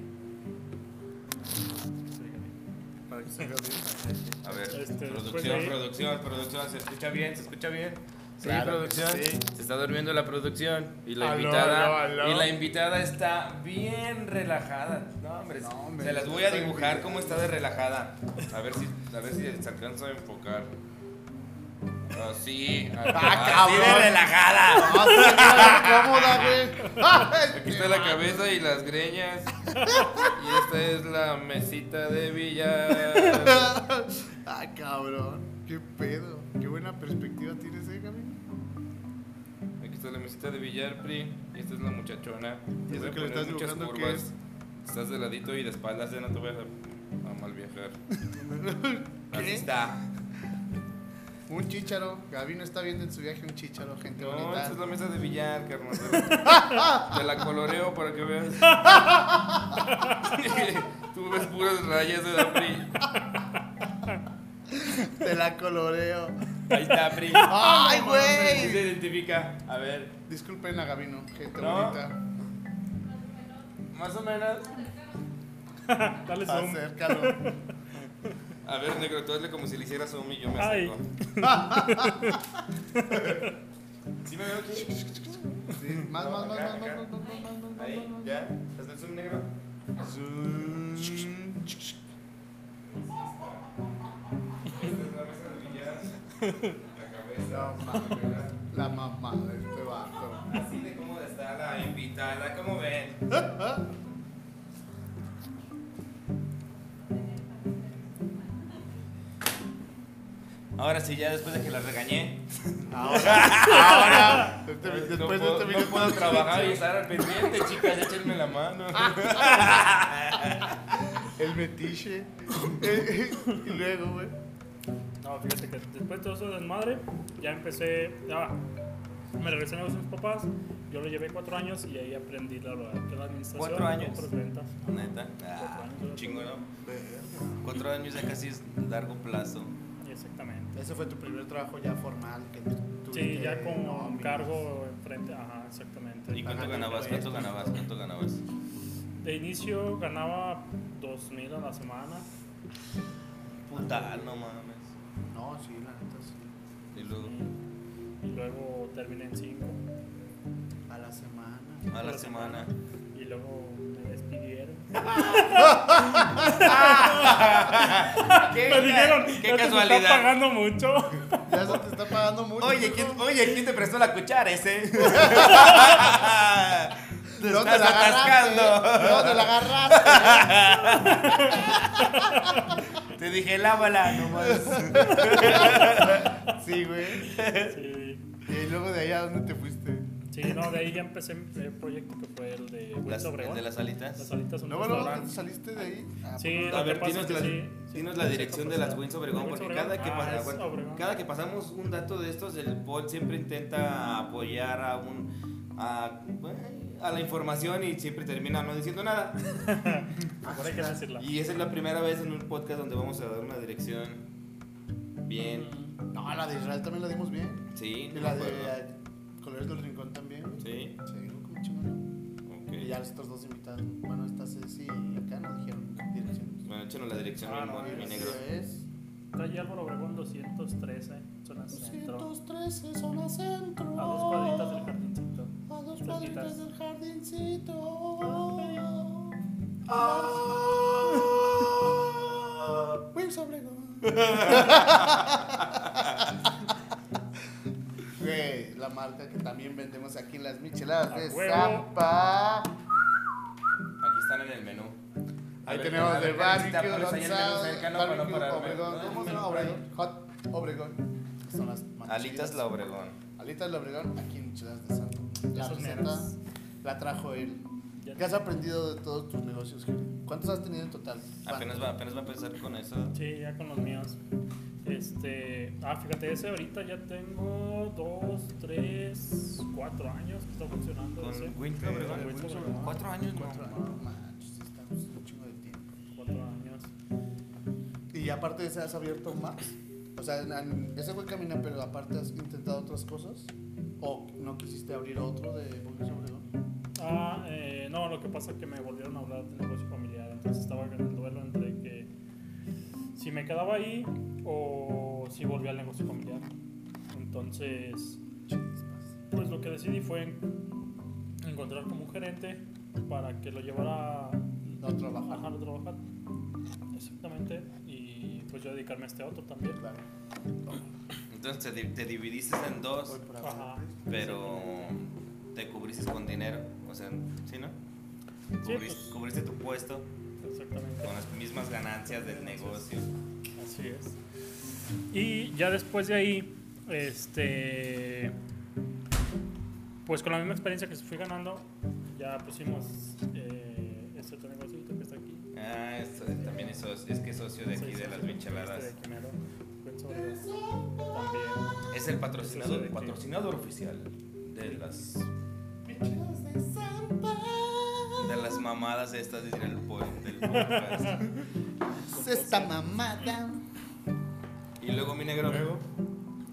para que se vea bien. A ver, Este, después de producción, ahí- producción, producción. ¿Se escucha bien? ¿Se escucha bien? Sí, Claro que producción. sí. Se está durmiendo la producción. Y la, Aló, invitada, aló, aló. Y la invitada está bien relajada. No, hombre. No, hombre, se las yo voy a estoy dibujar bien. cómo está de relajada. A ver si, a ver si se alcanza a enfocar. Ah, Así. Así de cabrón. relajada. Ah, sí, claro, cómoda, güey. Aquí está la cabeza y las greñas. Y esta es la mesita de billar. Ah, cabrón. Qué pedo. Qué buena perspectiva tienes, eh, Gaby. Aquí está la mesita de billar, Pri. Y esta es la muchachona. ¿Y Te eso voy a que poner le estás muchas dibujando qué curvas. Estás de ladito y de espaldas, ya no te voy a, a mal viajar. Así ¿Qué? está. Un chícharo. Gaby no está viendo en su viaje un chícharo, gente No, bonita. esta es la mesa de billar, carnal. Te la coloreo para que veas. Tú ves puras rayas de la Pri. Te la coloreo. Ahí está, Pri. ¡Ay, Sí güey! se identifica. A ver. Disculpen a Gabino, gente No. bonita. Más o menos. Dale Ah, zoom. Acércalo. A ver, negro, tú hazle como si le hicieras zoom y yo me Ay. acerco. ¿Sí me veo aquí? Sí, más, No, más, más, acá, más, más, acá. más, más, más, más, más, más, Ahí, más. ya. ¿Estás el zoom negro? Zoom. No, mames. La mamá de este vato. Así de cómo está la invitada, ¿cómo ven? Ahora sí, ya después de que la regañé, Ahora, este- después no de puedo, este no video puedo trabajar y estar al pendiente, chicas, échenme la mano. El metiche. Eh, y luego, güey. No, fíjate que después de todo ese desmadre, ya empecé. Ya, me regresé a negocios con mis papás. Yo lo llevé cuatro años y ahí aprendí la, la, la administración. ¿Cuatro años? compras, ventas. Neta, ah, chingo, ¿no? Cuatro años ya casi es largo plazo. Exactamente. Ese fue tu primer trabajo ya formal. Que tú Sí, ya con un cargo enfrente. Ajá, exactamente. ¿Y cuánto Ajá, ganabas? ¿Cuánto ganabas? ¿Cuánto ganabas? De inicio ganaba 2.000 a la semana. Puta, no mames. No, sí, la neta sí. Y luego, Y luego terminé en 5. A la semana. a la semana. Y luego me despidieron. Ah, ¿Qué, Me dijeron, qué "Ya te casualidad. Está pagando mucho. Ya se te está pagando mucho. Oye, ¿quién, oye, ¿quién te prestó la cuchara ese? ¿Dónde estás agarraste? atascando. ¿Dónde la agarraste? Te dije, lávala nomás. Sí, güey. Sí, Y luego de allá, ¿dónde te fuiste? sí, no, de ahí ya empecé mi primer proyecto que fue el de Las- Wilson el Obregón. de las alitas. Las alitas son Luego, un luego restaurante. ¿tú saliste de ahí. Ah, Sí, lo pues, A que ver, pasa dinos, es que la, sí, sí, dinos sí, la sí, dirección sí, de las sí. Wins Obregón, Wings porque Obregón. cada que, Ah, pasa- es aguanta. Obregón. cada que pasamos un dato de estos, el Paul siempre intenta apoyar a un. a, a la información y siempre termina no diciendo nada. Ahora hay que decirla. Y esa es la primera vez en un podcast donde vamos a dar una dirección bien. No, la de Israel también la dimos bien. Sí, Y no la me de acuerdo. eh, Colores del Rincón también. Sí, Sí, como chingón. ok. Y ya estos dos invitados. Bueno, esta Ceci y acá nos dijeron direcciones. Bueno, échenos la dirección, Ah, mi no, amor, mi Y negro. esto es. Está ahí Álvaro Obregón 213, zona centro. 213 zona centro. A dos cuadritas del jardincito. A dos Cerquitas. cuadritas del jardincito. Ah. Wings Obregón. Güey, la marca que también vendemos aquí, las micheladas A de huevo. Zampa. Aquí están en el menú. Ahí A ver, a tenemos ver, del ¿qué necesita? barbecue, Ponlos pues, ahí en el menú Gonzalo, cercano para no barbecue, pararme. Obregón. Ah, ¿Cómo se menú llama? por ahí. Obregón. Hot Obregón. Son las más Alitas chidas. la Obregón. Alitas la Obregón, aquí en Micheladas de Zampa. La Esos receta negros. la trajo él. Ya ¿Qué has aprendido de todos tus negocios, Gil? ¿Cuántos has tenido en total? Apenas va, apenas va a empezar con eso. Sí, ya con los míos. Este, ah, fíjate, ese ahorita ya tengo dos, tres, cuatro años que está funcionando. ese. Con Winter Con Obregón. Winter Obregón, Cuatro años, no. Cuatro años. No manches, estamos un chingo de tiempo. Cuatro años. Y aparte de ese, ¿has abierto más? O sea, en- en- ese güey camina, pero aparte has intentado otras cosas. ¿O no quisiste abrir otro de Burgues Obregón? Ah, eh, no, lo que pasa es que me volvieron a hablar de negocio familiar, entonces estaba en el duelo entre que si me quedaba ahí o si volvía al negocio familiar. Entonces, pues lo que decidí fue encontrar como un gerente para que lo llevara No trabajar. Ajá, no trabajar. Exactamente. Y pues yo dedicarme a este otro también. Claro. Entonces te, di- te dividiste en dos, Voy por acá. Ajá. pero te cubriste con dinero. O sea, ¿sí, no? Sí, Cubris- pues. cubriste tu puesto Exactamente. con las mismas ganancias del negocio. Así es. Y ya después de ahí, este. Pues con la misma experiencia que fui ganando, ya pusimos eh, este otro negocio que está aquí. Ah, esto- también es, socio- es que es socio de Sí, aquí, sí, de sí, las sí, micheladas. este de aquí mero, Benzo Obregón. También. Es el Socio patrocinador, de aquí. patrocinador oficial de las, Micheladas de Zampa. de las mamadas estas de el po- del podcast. Es esta mamada. Y luego mi negro.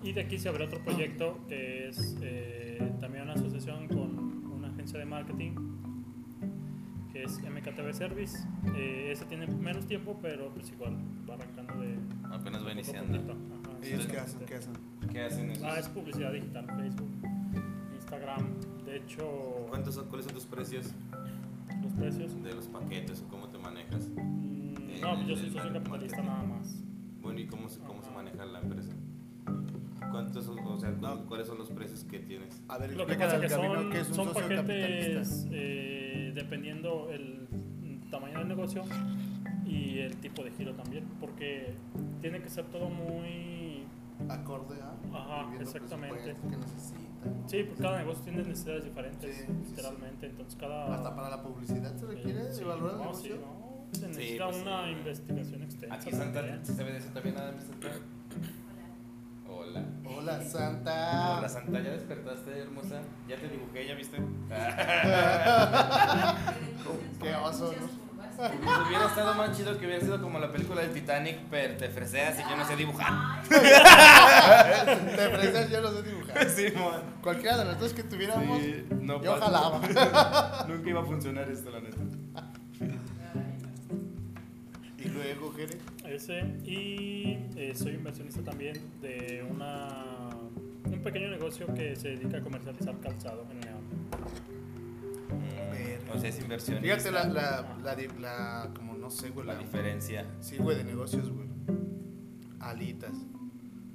Y de aquí se abrió otro proyecto que es eh, también una asociación con una agencia de marketing que es MKTV Service. Eh, ese tiene menos tiempo, pero pues igual va arrancando de. poco Apenas va a iniciando. poquito. Ajá, ¿Ellos qué exactamente. hacen? ¿Qué hacen? ¿Qué hacen esos? Ah, es publicidad digital, Facebook, Instagram. De hecho, ¿Cuántos son, ¿Cuáles son tus precios los precios. de los paquetes o cómo te manejas? mm, No, en yo el soy socio Eh, marketing. capitalista nada más. Bueno, ¿y cómo se, cómo se maneja la empresa? ¿Cuántos, son- o sea, cu- cuáles son los precios que tienes? A ver, Lo que explícale pasa al que Gabino son, que es un son socio capitalista. paquetes eh, dependiendo el tamaño del negocio y el tipo de giro también, porque tiene que ser todo muy... Acorde a. Ajá, viviendo exactamente. presupuesto Que necesita. Sí, pues cada negocio tiene necesidades diferentes, Sí, sí, sí. literalmente, entonces cada... eh, Hasta para la publicidad se requiere Sí, evaluar el no, negocio. sí, no, se necesita pues, sí, una güey. investigación extensa. Aquí Santa, también. ¿se ve de eso también nada Hola. Hola. Hola, Santa. Hola Santa, ¿ya despertaste hermosa? ¿Ya te dibujé, ya viste? Ah. Qué oso, Hubiera estado más chido que hubiera sido como la película del Titanic, pero te freseas y yo no sé dibujar. De presas yo no sé dibujar. Sí, man. Cualquiera de las dos que tuviéramos, Sí, no yo pasa. jalaba. Nunca iba a funcionar esto, la neta. Y luego, Jere. Ese, y eh, soy inversionista también de una, un pequeño negocio que se dedica a comercializar calzado en León. Mm, O sea, es inversión. Fíjate la, la, la, di- la- como no sé, güey, La la, diferencia. sí, güey, de negocios, güey. Alitas.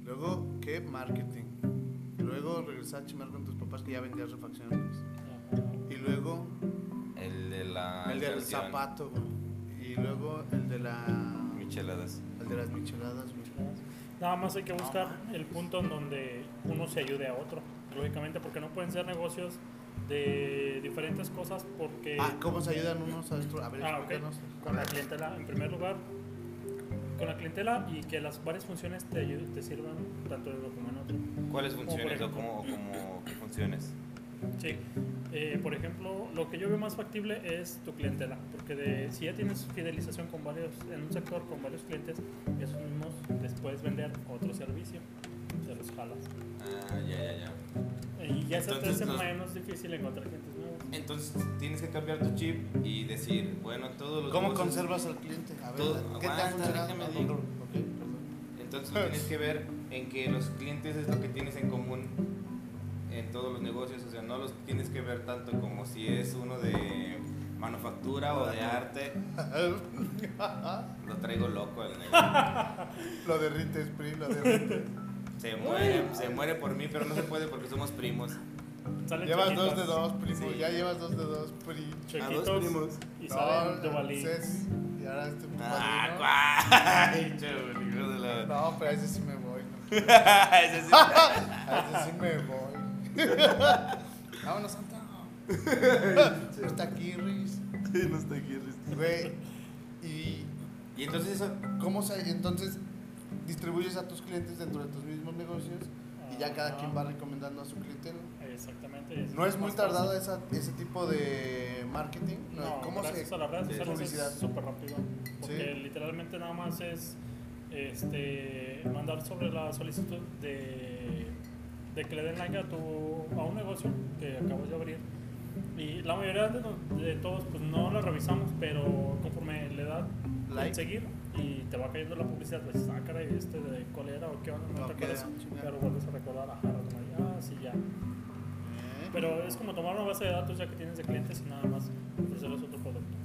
Luego, ¿qué? Marketing. Luego, regresar a chimar con tus papás que ya vendías refacciones. Y luego, la. el del inversión. zapato, güey. Y luego el de la. Micheladas. El de las micheladas, güey. Nada más hay que buscar el punto en donde uno se ayude a otro, lógicamente, porque no pueden ser negocios de diferentes cosas porque Ah, ¿cómo se ayudan unos a otros? A ver, Ah, ok. explícanos. con la clientela, en primer lugar, con la clientela y que las varias funciones te, ayuden- te sirvan tanto en uno como en otro. ¿Cuáles por funciones o ejemplo. cómo, cómo- qué funciones? Sí. Eh, por ejemplo, lo que yo veo más factible es tu clientela, porque de- si ya tienes fidelización con varios, en un sector con varios clientes, esos mismos les puedes vender otro servicio, te los jalas. Ah, ya, ya, ya. Eh, Y ya se te Entonces, hace los- menos difícil encontrar gente nueva. Entonces tienes que cambiar tu chip y decir, bueno, todos los. ¿Cómo negocios- conservas al cliente? A ver, Todo- ¿qué te aguanta, ha funcionado? déjame Ah, digo. perdón. Ok, perdón. Entonces tú tienes que ver en que los clientes es lo que tienes en común en todos los negocios, o sea, no los tienes que ver tanto como si es uno de manufactura o de arte. Lo traigo loco el negro. Lo derrites, Pri, lo derrites. Se muere, se muere por mí, pero no se puede porque somos primos. Salen llevas chiquitos, dos de dos, primo. Sí. Ya llevas dos de dos, Pri. A chiquitos, Ah, dos primos. y salen de no, Duvalín. Cés, y ahora este es tu padrino. Ah, guay, chul, hijo de la- No, pero a ese sí me voy. ¿no? Ese sí. A ese sí me voy. Vámonos, Santa. No está aquí, Riz. No está aquí, Riz. Güey, y Y entonces eso, ¿Cómo se, entonces distribuyes a tus clientes dentro de tus mismos negocios y ya cada Ajá. quien va recomendando a su clientela? Ah, Exactamente. es ¿No es más muy fácil. tardado esa- ese tipo de marketing? No, No, ¿Cómo se...? gracias a las redes sí, sociales publicidad? es súper rápido. Porque literalmente nada más es este, mandar sobre la solicitud de, de que le den like a, tu, a un negocio que acabas de abrir. Y la mayoría de, no- de todos pues no lo revisamos, pero conforme le da Like. like. seguir y te va cayendo la publicidad, pues saca y este de cuál era o qué onda, no, No, te acuerdas, queda, chingada. pero vuelves a recordar, ajá, como, ah, sí, ya. ¿Eh? Pero es como tomar una base de datos ya que tienes de clientes y nada más ofrecerles otro producto.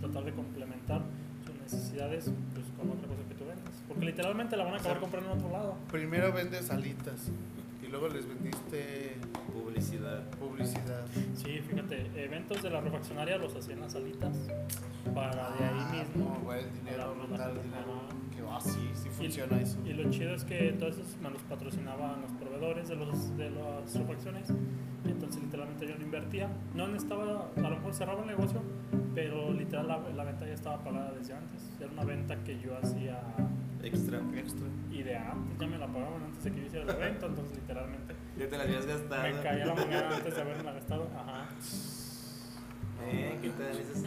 Tratar de complementar sus necesidades pues, con otra cosa que tú vendas. Porque literalmente la van a acabar comprando en otro lado. Primero vendes alitas y luego les vendiste publicidad. publicidad. Sí, fíjate, eventos de la refaccionaria los hacían las salitas para de Ah, ahí no, mismo. güey, el dinero, Hablamos rotar de el la- dinero. Ajá. Que va, sí, sí funciona y, eso. y lo chido es que todos esos me los patrocinaban los proveedores de, los, de las refacciones. Entonces, literalmente yo no invertía. No estaba, a lo mejor cerraba el negocio, pero literal la, la venta ya estaba pagada desde antes. Era una venta que yo hacía Extra. Extra. y de antes ya me la pagaban antes de que yo hiciera la venta. Entonces, literalmente Ya te la habías me gastado. caía la moneda antes de haberla gastado. Ajá. Eh, ¿qué tal? Esas-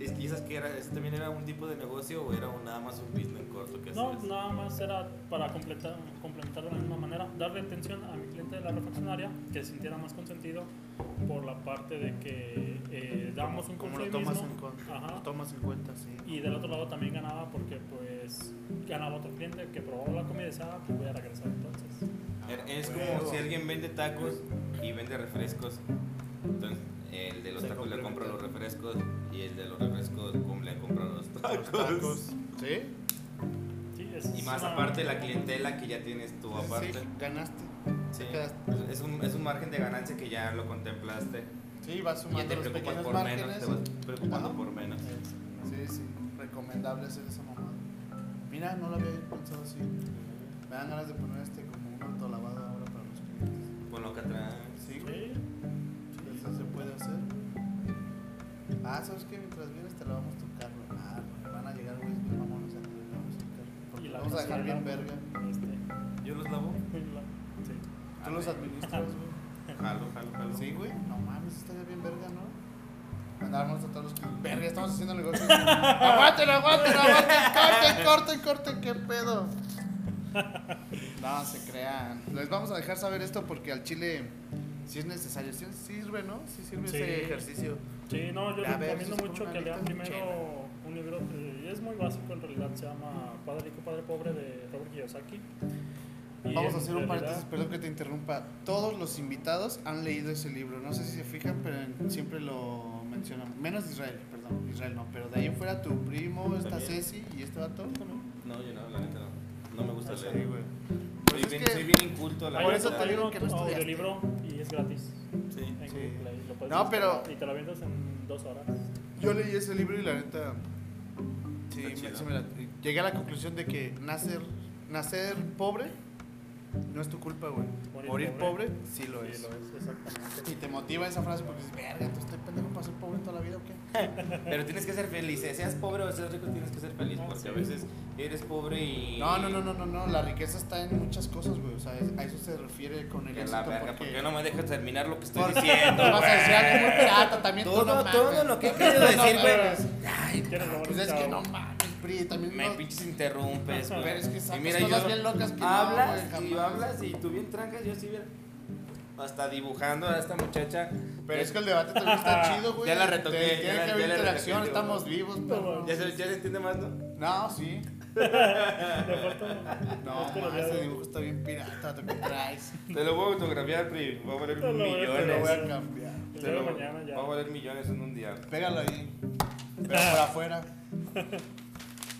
Es que esas que era, ¿ese también era un tipo de negocio o era un- nada más un business corto que No, hacías? nada más era para completar, complementar de la misma manera, darle atención a mi cliente de la refaccionaria, que se sintiera más consentido por la parte de que eh, dábamos un Como lo tomas en, consumismo con- Ajá. lo tomas en cuenta, sí. y del otro lado también ganaba porque pues ganaba otro cliente que probaba la comida y decía, "Ah, pues voy a regresar entonces. Era- Er, Es Huevo. como si alguien vende tacos y vende refrescos. Entonces, el de los Se tacos le compra complementan. los refrescos y el de los refrescos cum- le compra los tacos. ¿Sí? Sí, esa Y es más una- aparte la clientela que ya tienes tú aparte. Sí, ganaste. Sí. Pues, te quedaste. Es, un, es un margen de ganancia que ya lo contemplaste. Sí, vas Ya sumando te los preocupas pequeños por menos, márgenes. te vas preocupando Ajá. por menos. Sí, sí, recomendable hacer esa mamada. Mira, no lo había pensado así. Me dan ganas de poner este como un autolavado ahora para los clientes. Con lo que atrás. Sí, güey, Sí, eso se puede hacer. Ah, ¿sabes qué? Mientras vienes te lavamos tu carro. Ah, güey, van a llegar güeyes bien mamones a que le lavamos el carro. Porque Y lo la vamos a dejar gasolina. bien verga. este, Yo los lavo. la- sí. Tú los administras, güey. Jalo, jalo, jalo. Sí, güey. No mames, estaría bien verga, ¿no? Mandarnos a todos los que. Verga, estamos haciendo negocios. aguanten, aguanten, aguanten. Corten, corten, corten, qué pedo. No, se crean. Les vamos a dejar saber esto porque al chile, si es necesario, si sirve, ¿no? Si sirve Sí. ese ejercicio. Sí, no, yo A ver, recomiendo si es mucho una que lean lista primero chela. un libro, eh, es muy básico en realidad, se llama Padre Rico, Padre Pobre de Robert Kiyosaki. Y Vamos en a hacer un realidad- paréntesis, perdón que te interrumpa. Todos los invitados han leído ese libro. No sé si se fijan, pero en- siempre lo mencionan. Menos Israel, perdón. Israel no, pero de ahí en fuera tu primo, esta También. Ceci y este vato también. No, yo no, la neta no. No me gusta Ah, sí, leer. güey. Soy Pues es bien, que- soy bien inculto, la Hay Por verdad. eso otro te digo libro, que no estudiaste. audiolibro y Y es gratis. Sí, en sí. Google Play. Lo puedes No, pero- descargar Y te lo vendas en dos horas. Yo leí ese libro y la neta. Sí, Está me- chido. sí me la- llegué a la conclusión de que nacer, nacer pobre no es tu culpa, güey. Morir Morir, pobre, pobre, sí lo es. Sí, lo es, exactamente. Y te motiva esa frase porque dices, verga, ¿tú este pendejo para ser pobre toda la vida o qué? Pero tienes que ser feliz, eh, seas pobre o seas rico, tienes que ser feliz, Ah, porque sí. a veces eres pobre y. No, no, no, no, no, no, la riqueza está en muchas cosas, güey. O sea, es- a eso se refiere con el Que éxito. la verga, ¿por porque qué no me dejas terminar lo que estoy Porque- diciendo? vas a decir algo muy güey? pirata también. tú Todo, no mames. todo lo que he querido decir, güey. mames. Ay, ¿Quieres robar Pues un es que chavo? no mames, Pri, también me no- pinches interrumpes, güey. Pero es que sacas Y mira, cosas yo- bien locas que no, hablas güey, y jamás. hablas y tú bien trancas, yo sí, mira. Hasta dibujando a esta muchacha. Pero es que el debate también está chido, güey. Ah, Ya la retoqué, Te- ya Tiene la- que ya haber la interacción, retoqué, estamos vivos, pero. Ya se, ya se entiende más, ¿no? No, sí. Le falta- No, es que lo ma, veo. este dibujo está bien pirata, ¿tú qué traes? Te lo voy a autografiar, Pri. Va a valer Te lo voy a- millones. Te lo voy Sí. a cambiar. El Te día de lo- mañana ya. Va a valer millones en un día. Pégalo ahí. Pero por afuera.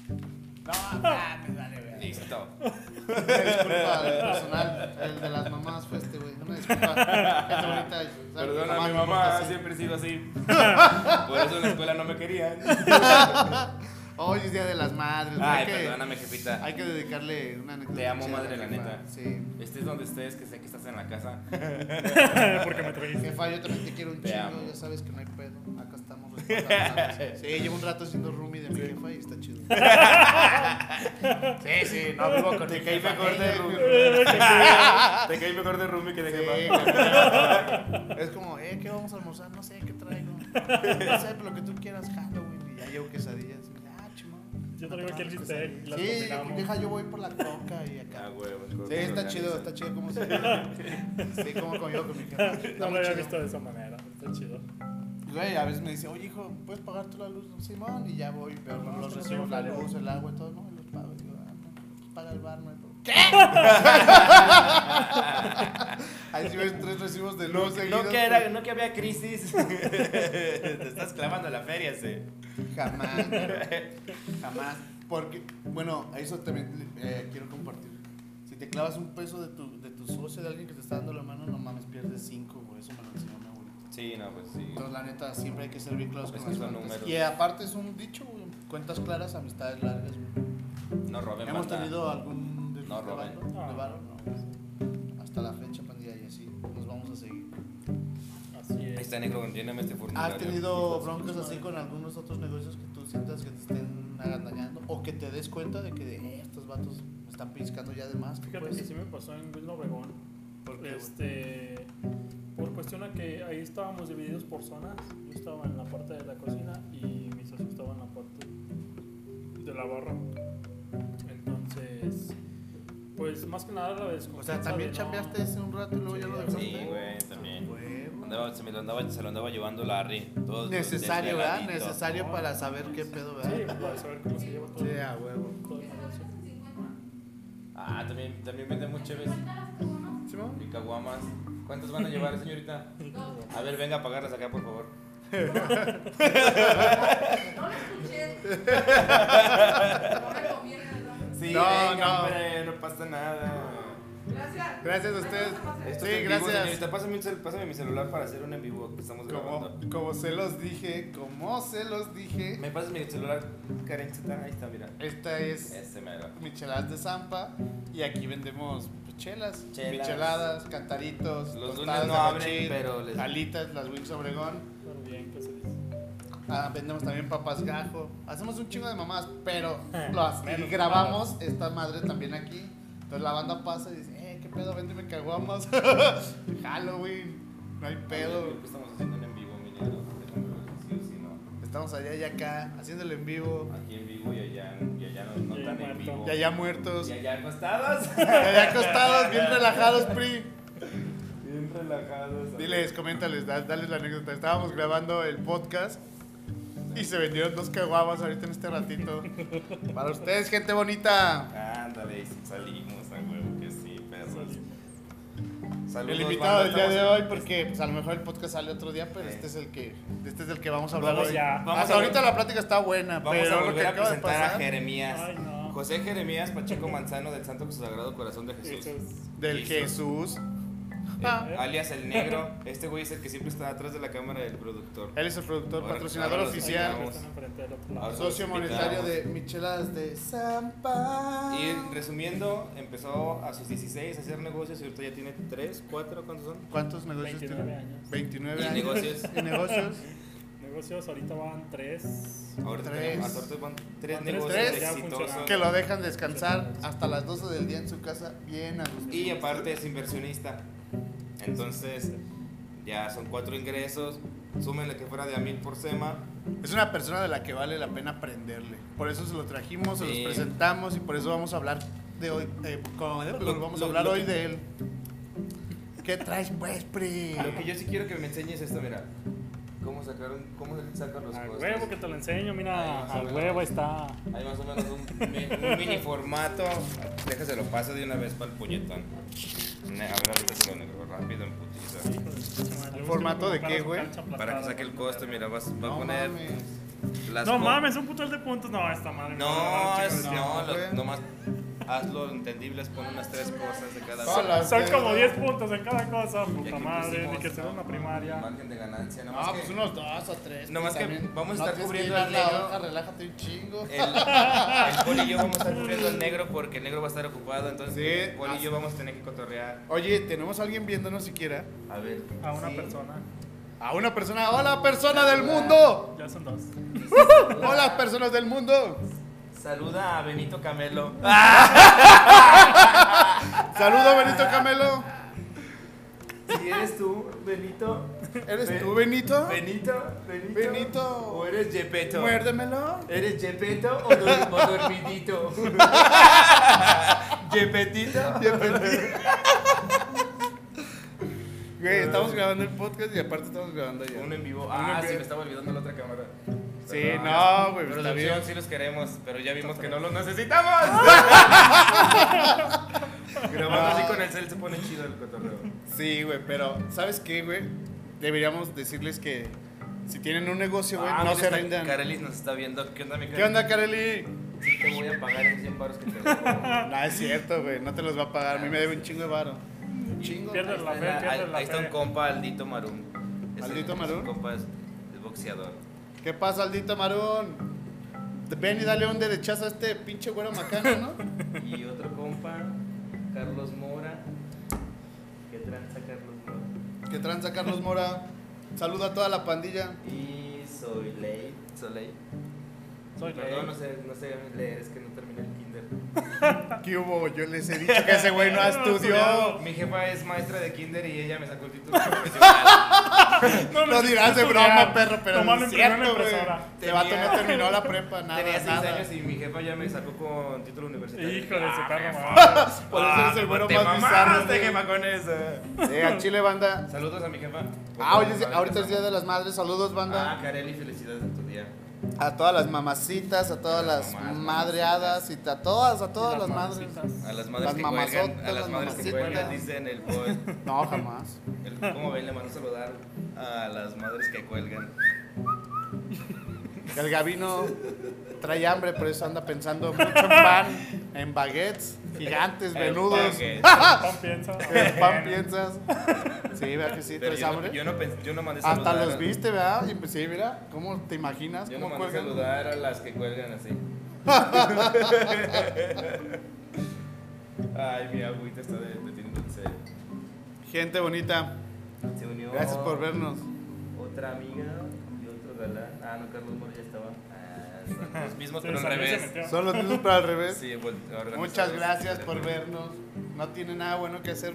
No, mames, vale, güey. Listo. Una disculpa al personal, el de las mamás fue este, güey. Una disculpa. Gente bonita. ¿sabes? Perdona Jamás mi me mamá, portaste. siempre he sido así. Por eso en la escuela no me querían. Hoy es Día de las Madres, güey. Ay, hay que- perdóname, jepita. Hay que dedicarle una anécdota. Te amo, chida a madre, la jefa. neta. Sí. Estés donde estés, que sé que estás en la casa. Porque me trajiste. Jefa, yo también te quiero un Te chingo, amo. ya sabes que no hay pedo. Acá estamos respetando. Sí, llevo un rato siendo roomie de mi jefa y está chido. Sí, sí, no vivo con mi Te caí jefa. mejor de Sí, Rumi. Te caí mejor de Rumi que de Ah, Ah. Sí, jefa. güey. es como, eh, ¿qué vamos a almorzar? No sé, ¿qué traigo? No sé, pero lo que tú quieras, Halloween. Y ya llevo quesadillas. Ah, chimón. Yo traigo aquí el Sí, bistec, las Sí, combinamos. deja, yo voy por la coca y acá. Ah, huevo. Sí, está chido, está chido como se Sí, como comió con mi jefa. Está No lo muy había chido. visto de esa manera. Está chido. Güey, a veces me dice, oye hijo, ¿puedes pagar tú la luz, Simón? Y ya voy, pero No, no, los es que no recibos, tengo la jale. luz, el agua y todo, no, y los pago. Y digo, ah, no, pues paga el bar, no hay problema. ¿Qué? Ahí sí ves tres recibos de luz seguidos. No que, era, no que había crisis. Te estás clavando la feria, sí. Jamás, pero, jamás. Porque, bueno, a eso también eh, quiero compartir. Si te clavas un peso de tu, de tu socio, de alguien que te está dando la mano, no mames, pierdes cinco, güey. Eso me lo enseñó mi abuelita. Sí, no, pues sí. Entonces, la neta, siempre hay que ser bien claros Es con que las son cuentas. números. Y aparte es un dicho, güey. Cuentas claras, amistades largas, güey. No roben ¿Hemos banda. tenido algún de- No, de Robert. barro? ¿De barro? No. Hasta la fecha, pandilla, y así. Nos vamos a seguir. Así Ahí es. está negro, lléname este formulario. ¿Has tenido broncas así con algunos otros negocios que tú sientas que te estén agandañando? O que te des cuenta de que eh, estos vatos me están piscando ya de más. ¿qué Fíjate puedes que sí hacer? me pasó en Wilno Obregón. Pues ¿Por qué, güey? este, por cuestión a que ahí estábamos divididos por zonas. Yo estaba en la parte de la cocina y mi socio estaba en la parte de la barra. Entonces, pues más que nada la O desconfianza. sea, también de no- chambeaste ese un rato y luego ya lo dejaste. Pues, Sí, güey, también. Huevo. Andaba- se, me lo andaba, se lo andaba llevando Larry. Todo Necesario, ¿verdad? desveladito. Necesario para saber qué pedo, Sí, ¿verdad? para saber cómo se lleva todo, Sí, a huevo. todo el negocio. Ah, también, también vende mucho chéves y caguamas. ¿Cuántas van a llevar, señorita? A ver, venga a pagarlas acá, por favor. Sí, No, venga, no. hombre, no pasa nada. Gracias. Gracias a ustedes. Esto Sí, es en vivo, gracias. señorita. Pásame, un cel- pásame mi celular para hacer un en vivo que estamos Como, grabando. como se los dije, como se los dije, ¿Me pasas mi celular, Karencita? Ahí está, mira. esta es Este me lo. Micheladas de Zampa y aquí vendemos pues, chelas, Chelas. micheladas, cantaritos, Los lunes tostadas no de abren, mochil, pero les- alitas, las Wings Obregón, Pero bien, que se dice. Ah, vendemos también papas gajo, hacemos un chingo de mamás, pero Eh, lo hace- menos y grabamos esta madre también aquí, entonces la banda pasa y dice, eh, qué pedo, véndeme caguamas, Halloween, no hay pedo. ¿Qué estamos haciendo en en vivo, mi negro? Déjame ver si sí o si no. Estamos allá y acá, haciéndolo en vivo, Aquí en vivo y allá, y allá no, no Y tan muerto. en vivo. y allá muertos, Y allá acostados. allá acostados, bien relajados, pri. Bien relajados. Diles, coméntales, da- dales la anécdota. Estábamos grabando el podcast y se vendieron dos caguamas ahorita en este ratito. Para ustedes, gente bonita. Ándale, y si salimos, a huevo que sí, perros. Saludos, El invitado del banda, día de estamos- este- hoy, porque pues, a lo mejor el podcast sale otro día, pero este es el que, este es el que vamos a hablar Vamos hoy. ya, vamos Hasta a- ahorita la plática está buena, Vamos pero a lo que volver a acaba de presentar a pasar Jeremías. Ay, no. José Jeremías Pacheco Manzano del Santo Sagrado Corazón de Jesús. Eso es- del Jesús. Jesús. eh, alias el negro. Este güey es el que siempre está atrás de la cámara del productor. Él es el productor, Ahora, patrocinador ahora los oficial, pintamos. Están enfrente del otro lado. Ahora- socio monetario de... de micheladas de Zampa. Y resumiendo, empezó a sus 16 a hacer negocios y ahorita ya tiene 3, 4, ¿cuántos son? ¿Cuántos negocios 29 tiene? años. 29 Y años. negocios. Y negocios. Negocios ahorita van tres. Ahorita Tres. tenemos- hasta ahorita van 3 Van tres negocios negocios ya exitosos. funcionando. Que lo dejan descansar. Hasta las 12 del día en su casa, bien a gusto. Y aparte es inversionista. Entonces, ya son 4 ingresos. Súmenle que fuera de a mil por SEMA. Es una persona de la que vale la pena aprenderle. Por eso se lo trajimos, se los Sí. presentamos y por eso vamos a hablar de hoy. eh, con- Lo- vamos a lo- hablar lo- hoy de él. ¿Qué traes, pues, pri? Lo que yo sí quiero que me enseñes es esto, mira. ¿Cómo sacaron, cómo sacan los Al costos? Ah, huevo que te lo enseño, Ahí mira, más o al menos. huevo está. Hay más o menos un, mi- un mini formato. Déjaselo, paso de una vez para el puñetón. Ne- A ver, ahorita negro, rápido, en putiza. ¿El formato de qué, güey? Para que saque el costo, mira, vas, va a poner las No co- mames, un putal de puntos. No, esta madre. me va a No, dar es- chingos, no, lo- güey. nomás hazlo entendible, pon unas tres cosas de cada Sola. vez. Son como 10 puntos en cada cosa, Y aquí pues puta madre, ni pusimos, que se vea ¿no? una primaria. Margen de ganancia, nomás No, que pues unos dos o tres. Nomás pues, que también. vamos a No estar tienes que cubriendo ir a al Eh. la negro. hoja, relájate un chingo. el, el Poli y yo vamos a estar cubriendo al negro porque el negro va a estar ocupado, entonces Sí. el Poli y yo vamos a tener que cotorrear. Oye, ¿tenemos a alguien viéndonos siquiera? A ver. A una sí. persona. A una persona. ¡Hola, persona del mundo! Ya son dos. ¡Hola, personas del mundo! Saluda a Benito Camelo. Saludo, Benito Camelo. Si eres tú, Benito. ¿Eres tú, Benito? Benito, Benito. Benito. O eres Yepeto. Muérdemelo. ¿Eres Yepeto o, dor- o dormidito? Yepetito. Güey, Eh. estamos grabando el podcast y aparte estamos grabando ya. Uno en vivo. Uno Ah, en sí, vivo. me estaba olvidando la otra cámara. Sí, Perdón. no, güey, está bien. Producción, sí los queremos, pero ya vimos que no los necesitamos. Grabando así con el cel se pone chido el cotorreo. Sí, güey, pero ¿sabes qué, güey? Deberíamos decirles que si tienen un negocio, güey, Ah, no mira, se esta- rindan. Carelis nos está viendo. ¿Qué onda, mi ¿Qué onda, Kareli? Sí te voy a pagar en 100 baros que te debo. No, es cierto, güey, no te los va a pagar. A mí me debe un chingo de varo. Chingo. Pierdes Ahí la está, fe, pierdes ahí- la Ahí está fe. un compa, Aldito Marum. Es el- ¿Aldito es un Marum? compa es, es boxeador. ¿Qué pasa, Aldito Marón? Ven y dale un derechazo a este pinche güero macano, ¿no? Y otro compa, Carlos Mora. ¿Qué tranza, Carlos Mora? Que tranza Carlos Mora. Saluda a toda la pandilla. Y Soleil. Soleil. Soy Perdón, no ley. sé, no sé leer, es que no terminé el kinder. ¿Qué hubo? Yo les he dicho que ese güey no No, estudió. estudiado. Mi jefa es maestra de kinder y ella me sacó el título profesional. No, Lo dirás de broma, perro, pero no Tomando es en primera cierto, güey. impresora. Este vato no Tenía- terminó la prepa, nada, Tenía 6 nada. años y mi jefa ya me sacó con título universitario. Híjole, ese perro, jefa. Por eso eres el Ah, güero te más mamaste, bizarro, güey. jefa, con eso. Sí, a Chile, banda. Saludos a mi jefa. Ah, oye, sí, ahorita es Día de las Madres. Saludos, Ah, banda. Kareli, felicidades en tu día. A todas las mamacitas, a todas las Mamás, madreadas y a todas, a todas Y las las madres. mamacitas. A las madres Las que mamazotas, cuelgan, a las las madres que mamacitas. cuelgan, dicen el boy. No, jamás. El- ¿Cómo ven? Le mando a saludar a las madres que cuelgan. El Gabino trae hambre, por eso anda pensando mucho en pan, en baguettes gigantes, El menudos. paquete. Pan piensa. El pan piensas. Sí, vea que sí, Pero traes yo, no, hambre. yo no pens- yo no mandé Hasta saludar a- los viste, ¿verdad? Y pues sí, mira, ¿cómo te imaginas? Yo no ¿Cómo mandé cuelgan? saludar a las que cuelgan así. Ay, mi agüita está de- deteniendo el cel. Gente bonita, Se unió. gracias por vernos. Otra amiga y otro galán. Ah, no, Carlos Mora ya estaba. Ah, son los mismos, Se pero al salió y se revés. metió. Son los mismos para al revés. Sí, vol- organizadores. Muchas gracias por vernos. No tiene nada bueno que hacer,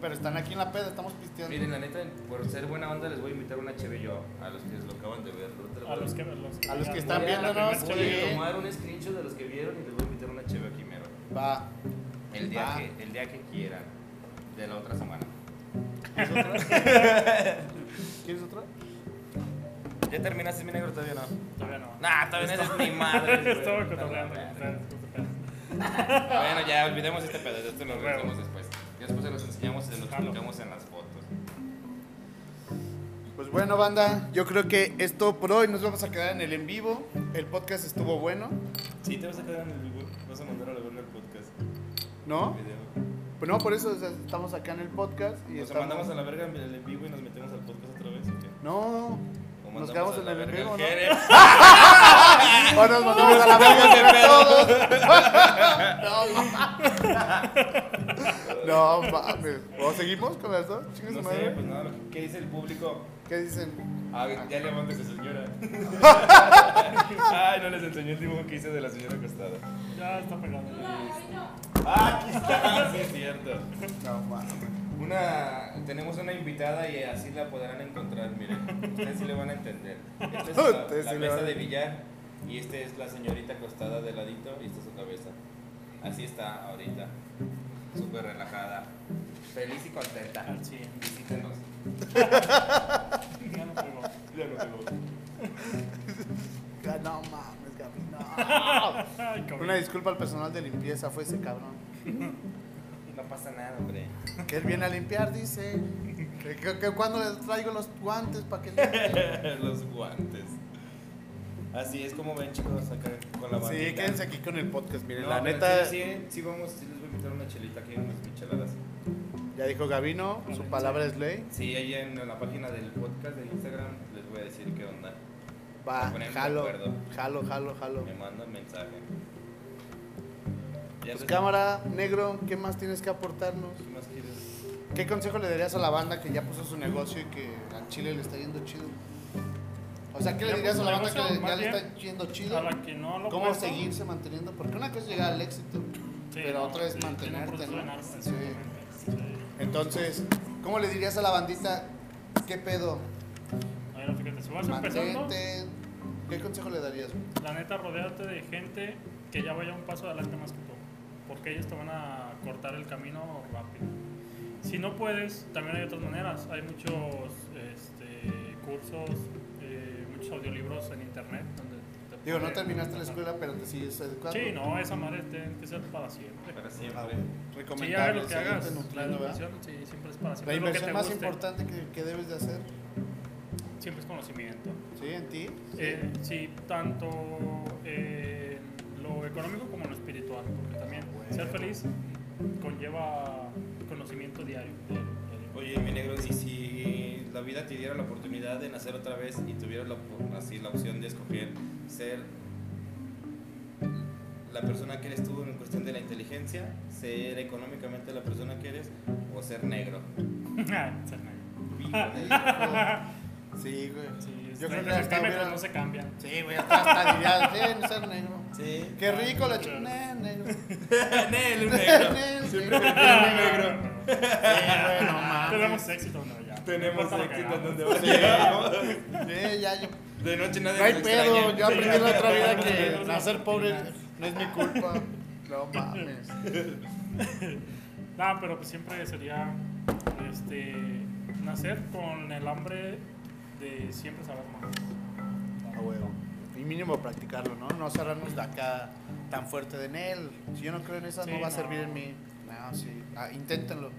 pero están aquí en la peda, estamos pisteando. Miren, la neta, por ser buena onda, les voy a invitar una chévere yo. A los que lo acaban de ver. no te lo A voy los que, los A los que Voy están a- viendo, viéndonos, ¿no? Voy Sí. a tomar un screenshot de los que vieron y les voy a invitar una chévere aquí, mero. Va. El día, Ah. que, el día que quieran. De la otra semana. ¿Quieres otra? ¿Quieres otra? ¿Ya terminaste mi negro todavía no? Todavía no. Nah, todavía no eres mi madre. güey. Estaba No, cotorreando. bueno. cotorreando. Bueno, ya olvidemos este pedo, esto lo Huevo. regresamos después. Ya después se los enseñamos y se los Jalo. explicamos en las fotos. Pues bueno, banda, yo creo que esto por hoy nos vamos a quedar en el en vivo. El podcast estuvo bueno, Sí, te vas a quedar en el Vas a mandar a la verga el podcast, ¿no? video. Pues no, por eso o sea, estamos acá en el podcast y Nos estamos- mandamos a la verga en el en vivo y nos metemos al podcast otra vez. ¿o qué? No. ¿O Nos mandamos quedamos a en la el verga en vivo, al ¿no? Jerez? O nos mandamos a la verga de todos. No mames. ¿O seguimos con esto? Chingue su No sé, madre. pues nada, lo que- ¿qué dice el público? ¿Qué dicen? Ah, ya levántese, señora. Ay, no les enseñé el dibujo que hice de la señora acostada. Ya está pegado. Ah, aquí está, sí, es cierto. No mames. Una, tenemos una invitada y así la podrán encontrar, miren. Ustedes sí le van a entender. Esta es Ustedes la, la sí le mesa van a- de billar y esta es la señorita acostada de ladito y esta es su cabeza. Así está ahorita. Súper relajada. Feliz y contenta. Al 100. Visítenos. Ya no pegó. Ya no tengo. No mames, Gaby. No. Ay, cabrón. Una disculpa al personal de limpieza, fue ese cabrón. No pasa nada, hombre. Que él viene a limpiar, dice. Que, que, que cuando le traigo los guantes para que le... Los guantes. Así es como ven, chicos, acá con la Sí, bandita. quédense aquí con el podcast, miren. No, la pero neta, Sí, sí, sí, vamos, sí les voy a invitar una chelita aquí, unas micheladas. ya dijo Gabino, su palabra es ley. Sí, ahí en la página del podcast de Instagram les voy a decir qué onda. Va, Nos ponemos de jalo, acuerdo. jalo, jalo, jalo. Me mandan mensaje. Ya Pues te- cámara, negro, ¿qué más tienes que aportarnos? ¿Qué más quieres? ¿Qué consejo le darías a la banda que ya puso su negocio y que al Chile le está yendo chido? O sea, ¿qué le Ya dirías a puso la su banda que le- negocio, ya más le bien, está yendo chido? A la que no lo ¿Cómo puedo. seguirse manteniendo? Porque una cosa es llegar al éxito, Sí, pero no, otra es sí, tiene un mantenerte, proceso ¿no? enorme, Sí. exactamente. Sí. Entonces, ¿cómo le dirías a la bandita qué pedo? Bueno, fíjate, si vas empezando, Mantente. ¿Qué consejo le darías? güey? la neta, rodeate de gente que ya vaya un paso adelante más que tú. Porque ellos te van a cortar el camino rápido. Si no puedes, también hay otras maneras. Hay muchos este, cursos, eh, muchos audiolibros en internet. Donde te Digo, no pueden- terminaste la escuela, pero te sigues educando. Eh, Sí, no, esa madre tiene que ser para siempre. Para Ah, siempre. güey. Sí, haga Recomendable, lo que seguirte hagas. La nutriendo, ¿verdad? educación, sí, siempre es para La siempre. es lo que inversión te más guste, importante que, que debes de hacer, Siempre es conocimiento. ¿sí? En ti. Eh, sí, tanto eh, lo económico como lo espiritual, porque también ser feliz conlleva conocimiento diario. diario, diario. Oye, mi negro, y si la vida te diera la oportunidad de nacer otra vez y tuvieras la, op- así la opción de escoger ser la persona que eres tú en cuestión de la inteligencia, ser económicamente la persona que eres o ser negro. Ser negro. Sí, güey. Sí, Yo los creo que hasta esquemas hubiera- no se cambian. Sí, güey, hasta, hasta dirías, "Ven, ser negro. Sí. Qué rico la chica. negro. Nel, un negro. Siempre me negro. Tenemos éxito, no, ya. Tenemos Importa lo que éxito en hagamos. donde vayamos. Sí, ya, yo. De noche nadie No hay nos pedo, extraña. yo aprendí la otra vida que Sí. nacer pobre no es mi culpa. No mames. No, pero pues siempre sería este, nacer con el hambre de siempre saber más. A huevo. Y mínimo practicarlo, ¿no? No cerrarnos de acá tan fuerte de en él. Si yo no creo en eso, Sí, no va a no. servir en mí. No, sí. Ah, inténtenlo.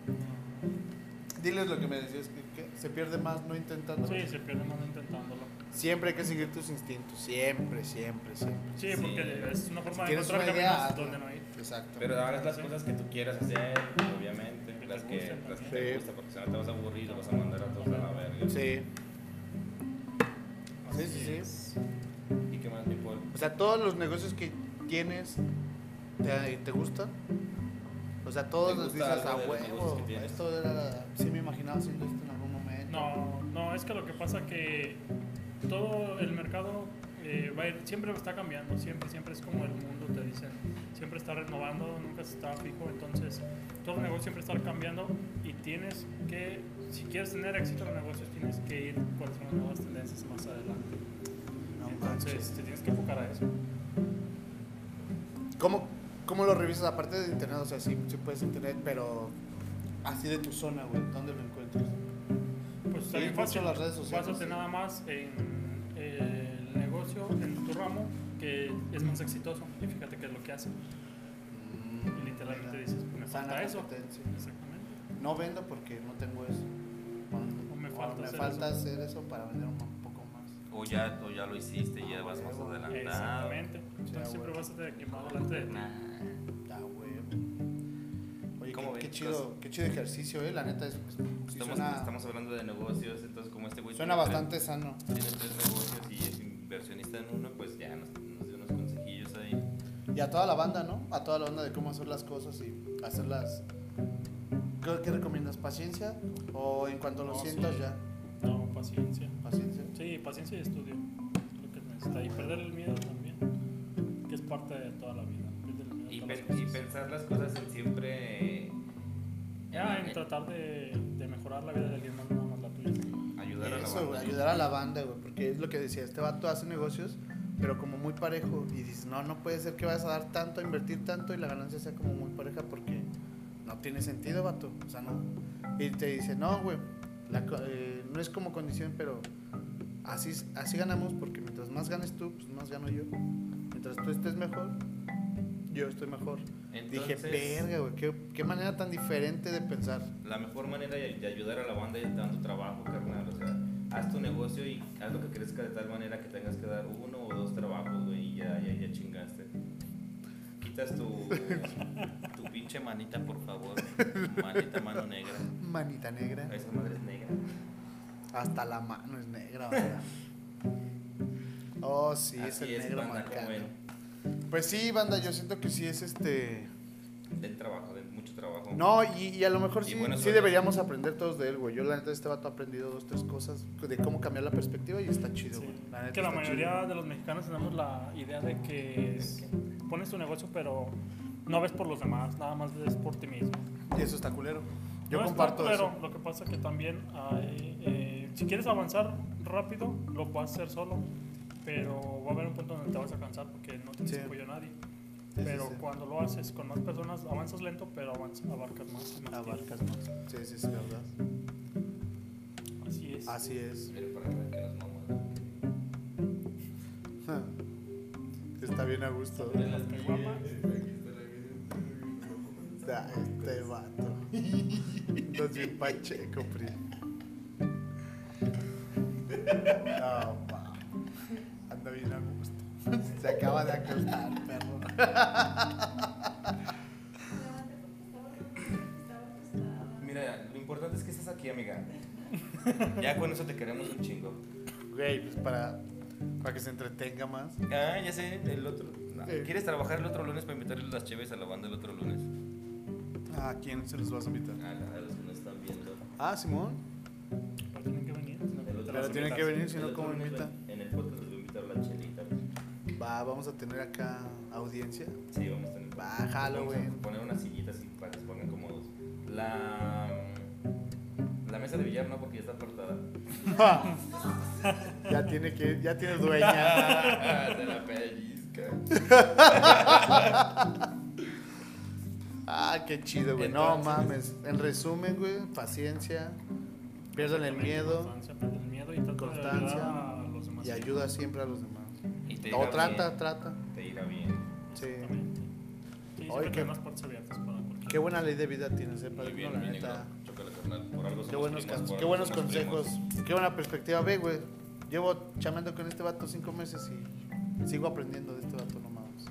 Diles lo que me decías, que, que se pierde más no intentando. Sí, se pierde más intentándolo. Siempre hay que seguir tus instintos. Siempre, siempre, siempre. Sí, Sí. porque es una forma de Tienes encontrar una idea, caminos hazlo. donde no hay. Exacto. Pero ahora es las cosas que tú quieras hacer, obviamente. Que Las te que, gusten las que también. te gustan, porque si no te vas a aburrir, lo vas a mandar a todos a la verga. Sí. Sí, sí, sí. ¿Y qué más, mi Paul? O sea, todos los negocios que tienes, ¿te, te gustan? O sea, todos ¿Te los gusta dices a algo de los negocios huevo. que tienes? Esto era. Sí, me imaginaba haciendo esto en algún momento. No, no, es que lo que pasa que todo el mercado eh, va a ir, siempre está cambiando, siempre, siempre es como el mundo, te dicen, siempre está renovando, nunca se está fijo, entonces todo el negocio siempre está cambiando y tienes que, si quieres tener éxito en los negocios, tienes que ir cuáles son las nuevas tendencias más adelante. No entonces manches. te tienes que enfocar a eso. ¿Cómo, ¿Cómo lo revisas? Aparte de internet, o sea, sí, sí puedes internet, pero así de tu zona, güey. ¿Dónde lo encuentras? Pues está Sí, bien mucho fácil. las redes sociales, Básate sí. nada más en eh, el negocio, en tu ramo, que es más exitoso. Y fíjate qué es lo que hace. Y literalmente dices, me Mm, Sana falta eso. competencia. Exactamente. No vendo porque no tengo eso. O, O me o falta me hacer falta hacer eso para vender un poco más. O ya, o ya lo hiciste, ya vas más adelantado. Exactamente. Entonces Ya, siempre bueno. vas a tener que ir más adelante de ti. Nah. Da huevo. Oye, como Qué- Qué 20 chido, cosas. qué chido ejercicio, eh. La neta es. es- sí Estamos, suena, estamos hablando de negocios, entonces como este güey suena tiene bastante sano. tres- tiene tres negocios y es inversionista en uno, pues ya nos, nos dio unos consejillos ahí. Y a toda la banda, ¿no? A toda la banda de cómo hacer las cosas y hacerlas. ¿Qué, qué recomiendas? ¿Paciencia? ¿O en cuanto lo No, sientas sí. ya? No, paciencia. ¿Paciencia? Sí, paciencia y estudio. Es lo que necesita. Y perder el miedo también, que es parte de toda la vida. Perder el miedo Y, a todas pen- las y cosas. pensar las cosas en siempre eh, Ya, en tratar de, de mejorar la vida de alguien más, no nada más la tuya. ayudar a la Eso, banda. güey, ayudar a la banda, güey, porque es lo que decía, este vato hace negocios, pero como muy parejo, y dices, no, no puede ser que vayas a dar tanto, a invertir tanto, y la ganancia sea como muy pareja, porque no tiene sentido, vato, o sea, no. Y te dice, no, güey, la co- eh, no es como condición, pero así, es- así ganamos, porque mientras más ganes tú, pues más gano yo. Mientras tú estés mejor, yo estoy mejor. Entonces, Dije, verga, güey, qué, qué manera tan diferente de pensar. La mejor manera de, de ayudar a la banda es dando trabajo, carnal. O sea, haz tu negocio y haz lo que crezca de tal manera que tengas que dar uno o dos trabajos, güey, y ya, ya, ya chingaste. Quitas tu, tu pinche manita, por favor. Manita, mano negra. Manita negra. Esa madre es negra. Hasta la mano es negra ahora. Oh, sí, es Así el es, negro banda, como marcado. ven. Pues sí, banda, yo siento que sí es este. Den trabajo, den mucho trabajo. No, y, y a lo mejor Y sí, buena sí suerte. deberíamos aprender todos de él, güey. Yo, la neta, este vato ha aprendido dos, tres cosas de cómo cambiar la perspectiva y está chido, Sí. güey. La neta que la está chido. mayoría de los mexicanos tenemos la idea de que es- pones tu negocio, pero no ves por los demás, nada más ves por ti mismo. Y eso está culero. Yo No es comparto tanto, eso. Pero lo que pasa que también hay, eh, si quieres avanzar rápido, lo puedes hacer solo, pero va a haber un punto donde te vas a cansar porque no tienes Sí. apoyo a nadie. sí, pero sí. cuando lo haces con más personas, avanzas lento, pero avanzas, abarcas más. y más Abarcas más. Sí, sí, sí, verdad. tiempo. Así es. Así es. Pero para que nos vamos, ¿no? Está bien a gusto. De las caguamas. Da, este vato. Estás bien pacheco, pri. No, pa. Anda bien a gusto. Se acaba de acostar, perro. Mira, lo importante es que estás aquí, amiga. Ya con eso te queremos un chingo. Güey, pues para, para que se entretenga más. Ah, ya sé, el otro. no. Sí. ¿Quieres trabajar el otro lunes para invitarles las cheves a la banda el otro lunes? ¿A quién se los vas a invitar? A, Ah, la- a los que nos están viendo. Ah, Simón. Pero tienen que venir. si no, El otro Pero lunes tiene invitas. que venir, si El no, otro ¿cómo lunes invita? ven- En el podcast les voy a invitar la chelita. Va, vamos a tener acá audiencia. Sí, vamos a tener. Va, jalo, vamos güey. a poner unas sillitas y para que se pongan cómodos. La. mm, La mesa de billar no, porque ya está cortada. Ya tiene que, ya tiene dueña. de Ah, la pellizca. Ah, qué chido, güey. No Entonces- mames. En resumen, güey, paciencia. Pierdan el Exactamente, miedo constancia, pierden el miedo y trata de ayudar Constancia a los demás. y ayuda siempre a los demás. Y te irá O trata, bien, trata. Te irá bien. Sí. Exactamente. Sí, Oye, siempre qué- tener las puertas abiertas para cualquier- Qué buena ley de vida tienes, eh, Muy padrino, bien, la mi neta. negro. Chócale, carnal. Por algo Qué somos buenos, primos, cons- por qué algo buenos somos primos. consejos. Qué buena perspectiva. Ve, güey. Llevo chamando con este vato cinco meses y sigo aprendiendo de este vato, no mames.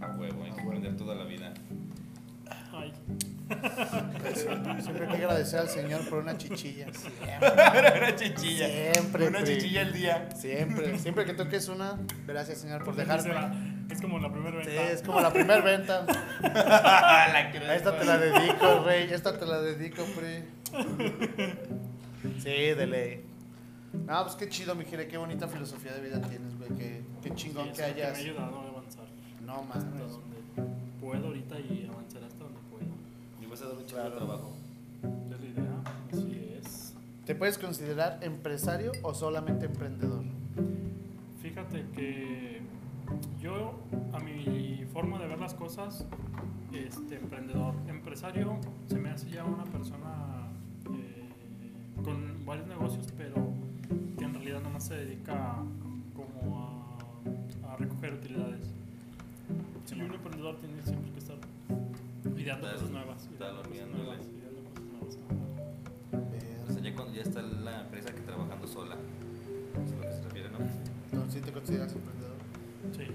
A huevo, hay que aprender toda la vida. Ay, Siempre hay que agradecer al Señor por una chichilla. Una chichilla. Siempre, Una pri. chichilla al día. Siempre, siempre que toques una, gracias Señor por se dejarme. va. Es como la primera Sí, venta. es como la primera venta. la A Esta te la dedico, rey. Esta te la dedico, pri. Sí, de ley. No, pues qué chido, mi jere. Qué bonita filosofía de vida tienes, güey. Qué, qué chingón Sí, que es lo hayas. me ha ayudado a avanzar No hasta mames. donde puedo ahorita y avanzar hasta donde puedo. Y vas a dar un chingo de trabajo. Es la idea, así es. ¿Te puedes considerar empresario o solamente emprendedor? Fíjate que yo, a mi forma de ver las cosas, este emprendedor, empresario, se me hace ya una persona eh, con varios negocios, pero que en realidad nomás se dedica como a, a recoger utilidades. Si un emprendedor tiene siempre que estar ideando Estar cosas nuevas, ideando cosas taloneándole. nuevas, ideando cosas nuevas. ajá. O sea, ya cuando ya está la empresa que trabajando sola. Eso es a lo que se refiere, ¿no? Entonces, ¿sí te consideras emprendedor? Sí.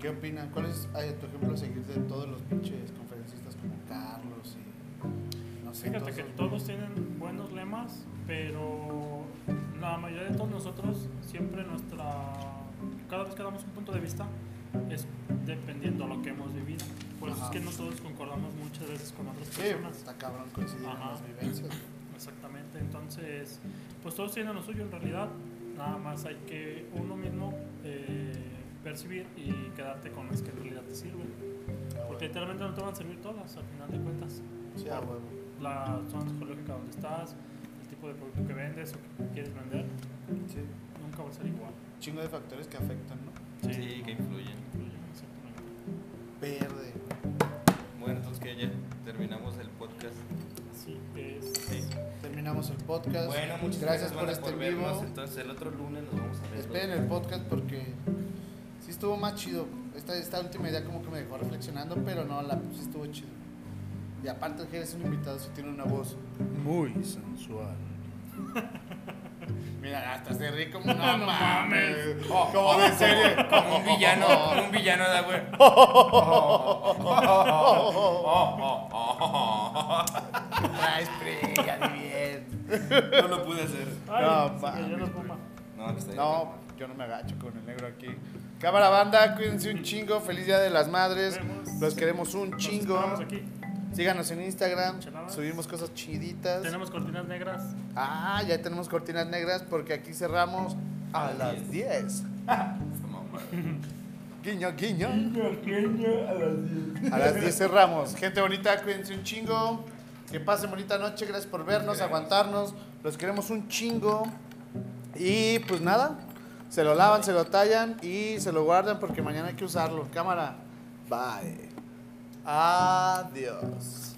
¿Qué opinan? ¿Cuál es ay, tu ejemplo a seguir de todos los pinches conferencistas Carlos y. No sé, Fíjate que todos esos- todos tienen buenos lemas, pero la mayoría de todos nosotros siempre nuestra... Cada vez que damos un punto de vista es dependiendo a lo que hemos vivido. Por eso Ajá. es que nosotros concordamos muchas veces con otras Sí, pues, personas. está cabrón coincidir en Ajá. las vivencias. Exactamente, entonces, pues todos tienen lo suyo en realidad, nada más hay que uno mismo eh, percibir y quedarte con las que en realidad te sirven. Porque literalmente no te van a servir todas, al final de cuentas. Sí, a huevo. La zona psicológica donde estás, el tipo de producto que vendes o que quieres vender, Sí. nunca va a ser igual. Chingo de factores que afectan, ¿no? Sí, que influyen. Exactamente. Verde. Bueno, entonces que ya terminamos el podcast. Así es. Terminamos el podcast. Bueno, muchas gracias, por banda, este vivo. vernos. Entonces el otro lunes nos vamos a ver. Esperen el podcast porque sí estuvo más chido. Esta, esta última idea como que me dejó reflexionando, pero no, la sí estuvo chido. Y aparte que eres un invitado, sí tiene una voz muy sensual. Mira, hasta se ríe como no, No mames. Oh, Como de serie. Como un villano, como un villano de güey. Traes prega, bien. No lo pude hacer. Ay, No, se cayó mames, la pluma. No, que está No, yo no me agacho con el negro aquí. Cámara banda, cuídense un chingo. Feliz Día de las Madres. Nos Los queremos un chingo. esperamos aquí. Síganos en Instagram. Cheladas. Subimos cosas chiditas. Tenemos cortinas negras. Ah, ya tenemos cortinas negras porque aquí cerramos a las 10. Guiño, guiño. A las 10 cerramos. Gente bonita, cuídense un chingo. Que pasen bonita noche. Gracias por vernos, aguantarnos. Los queremos un chingo. Y pues nada, se lo lavan, se lo tallan y se lo guardan porque mañana hay que usarlo. Cámara. Bye. Adiós.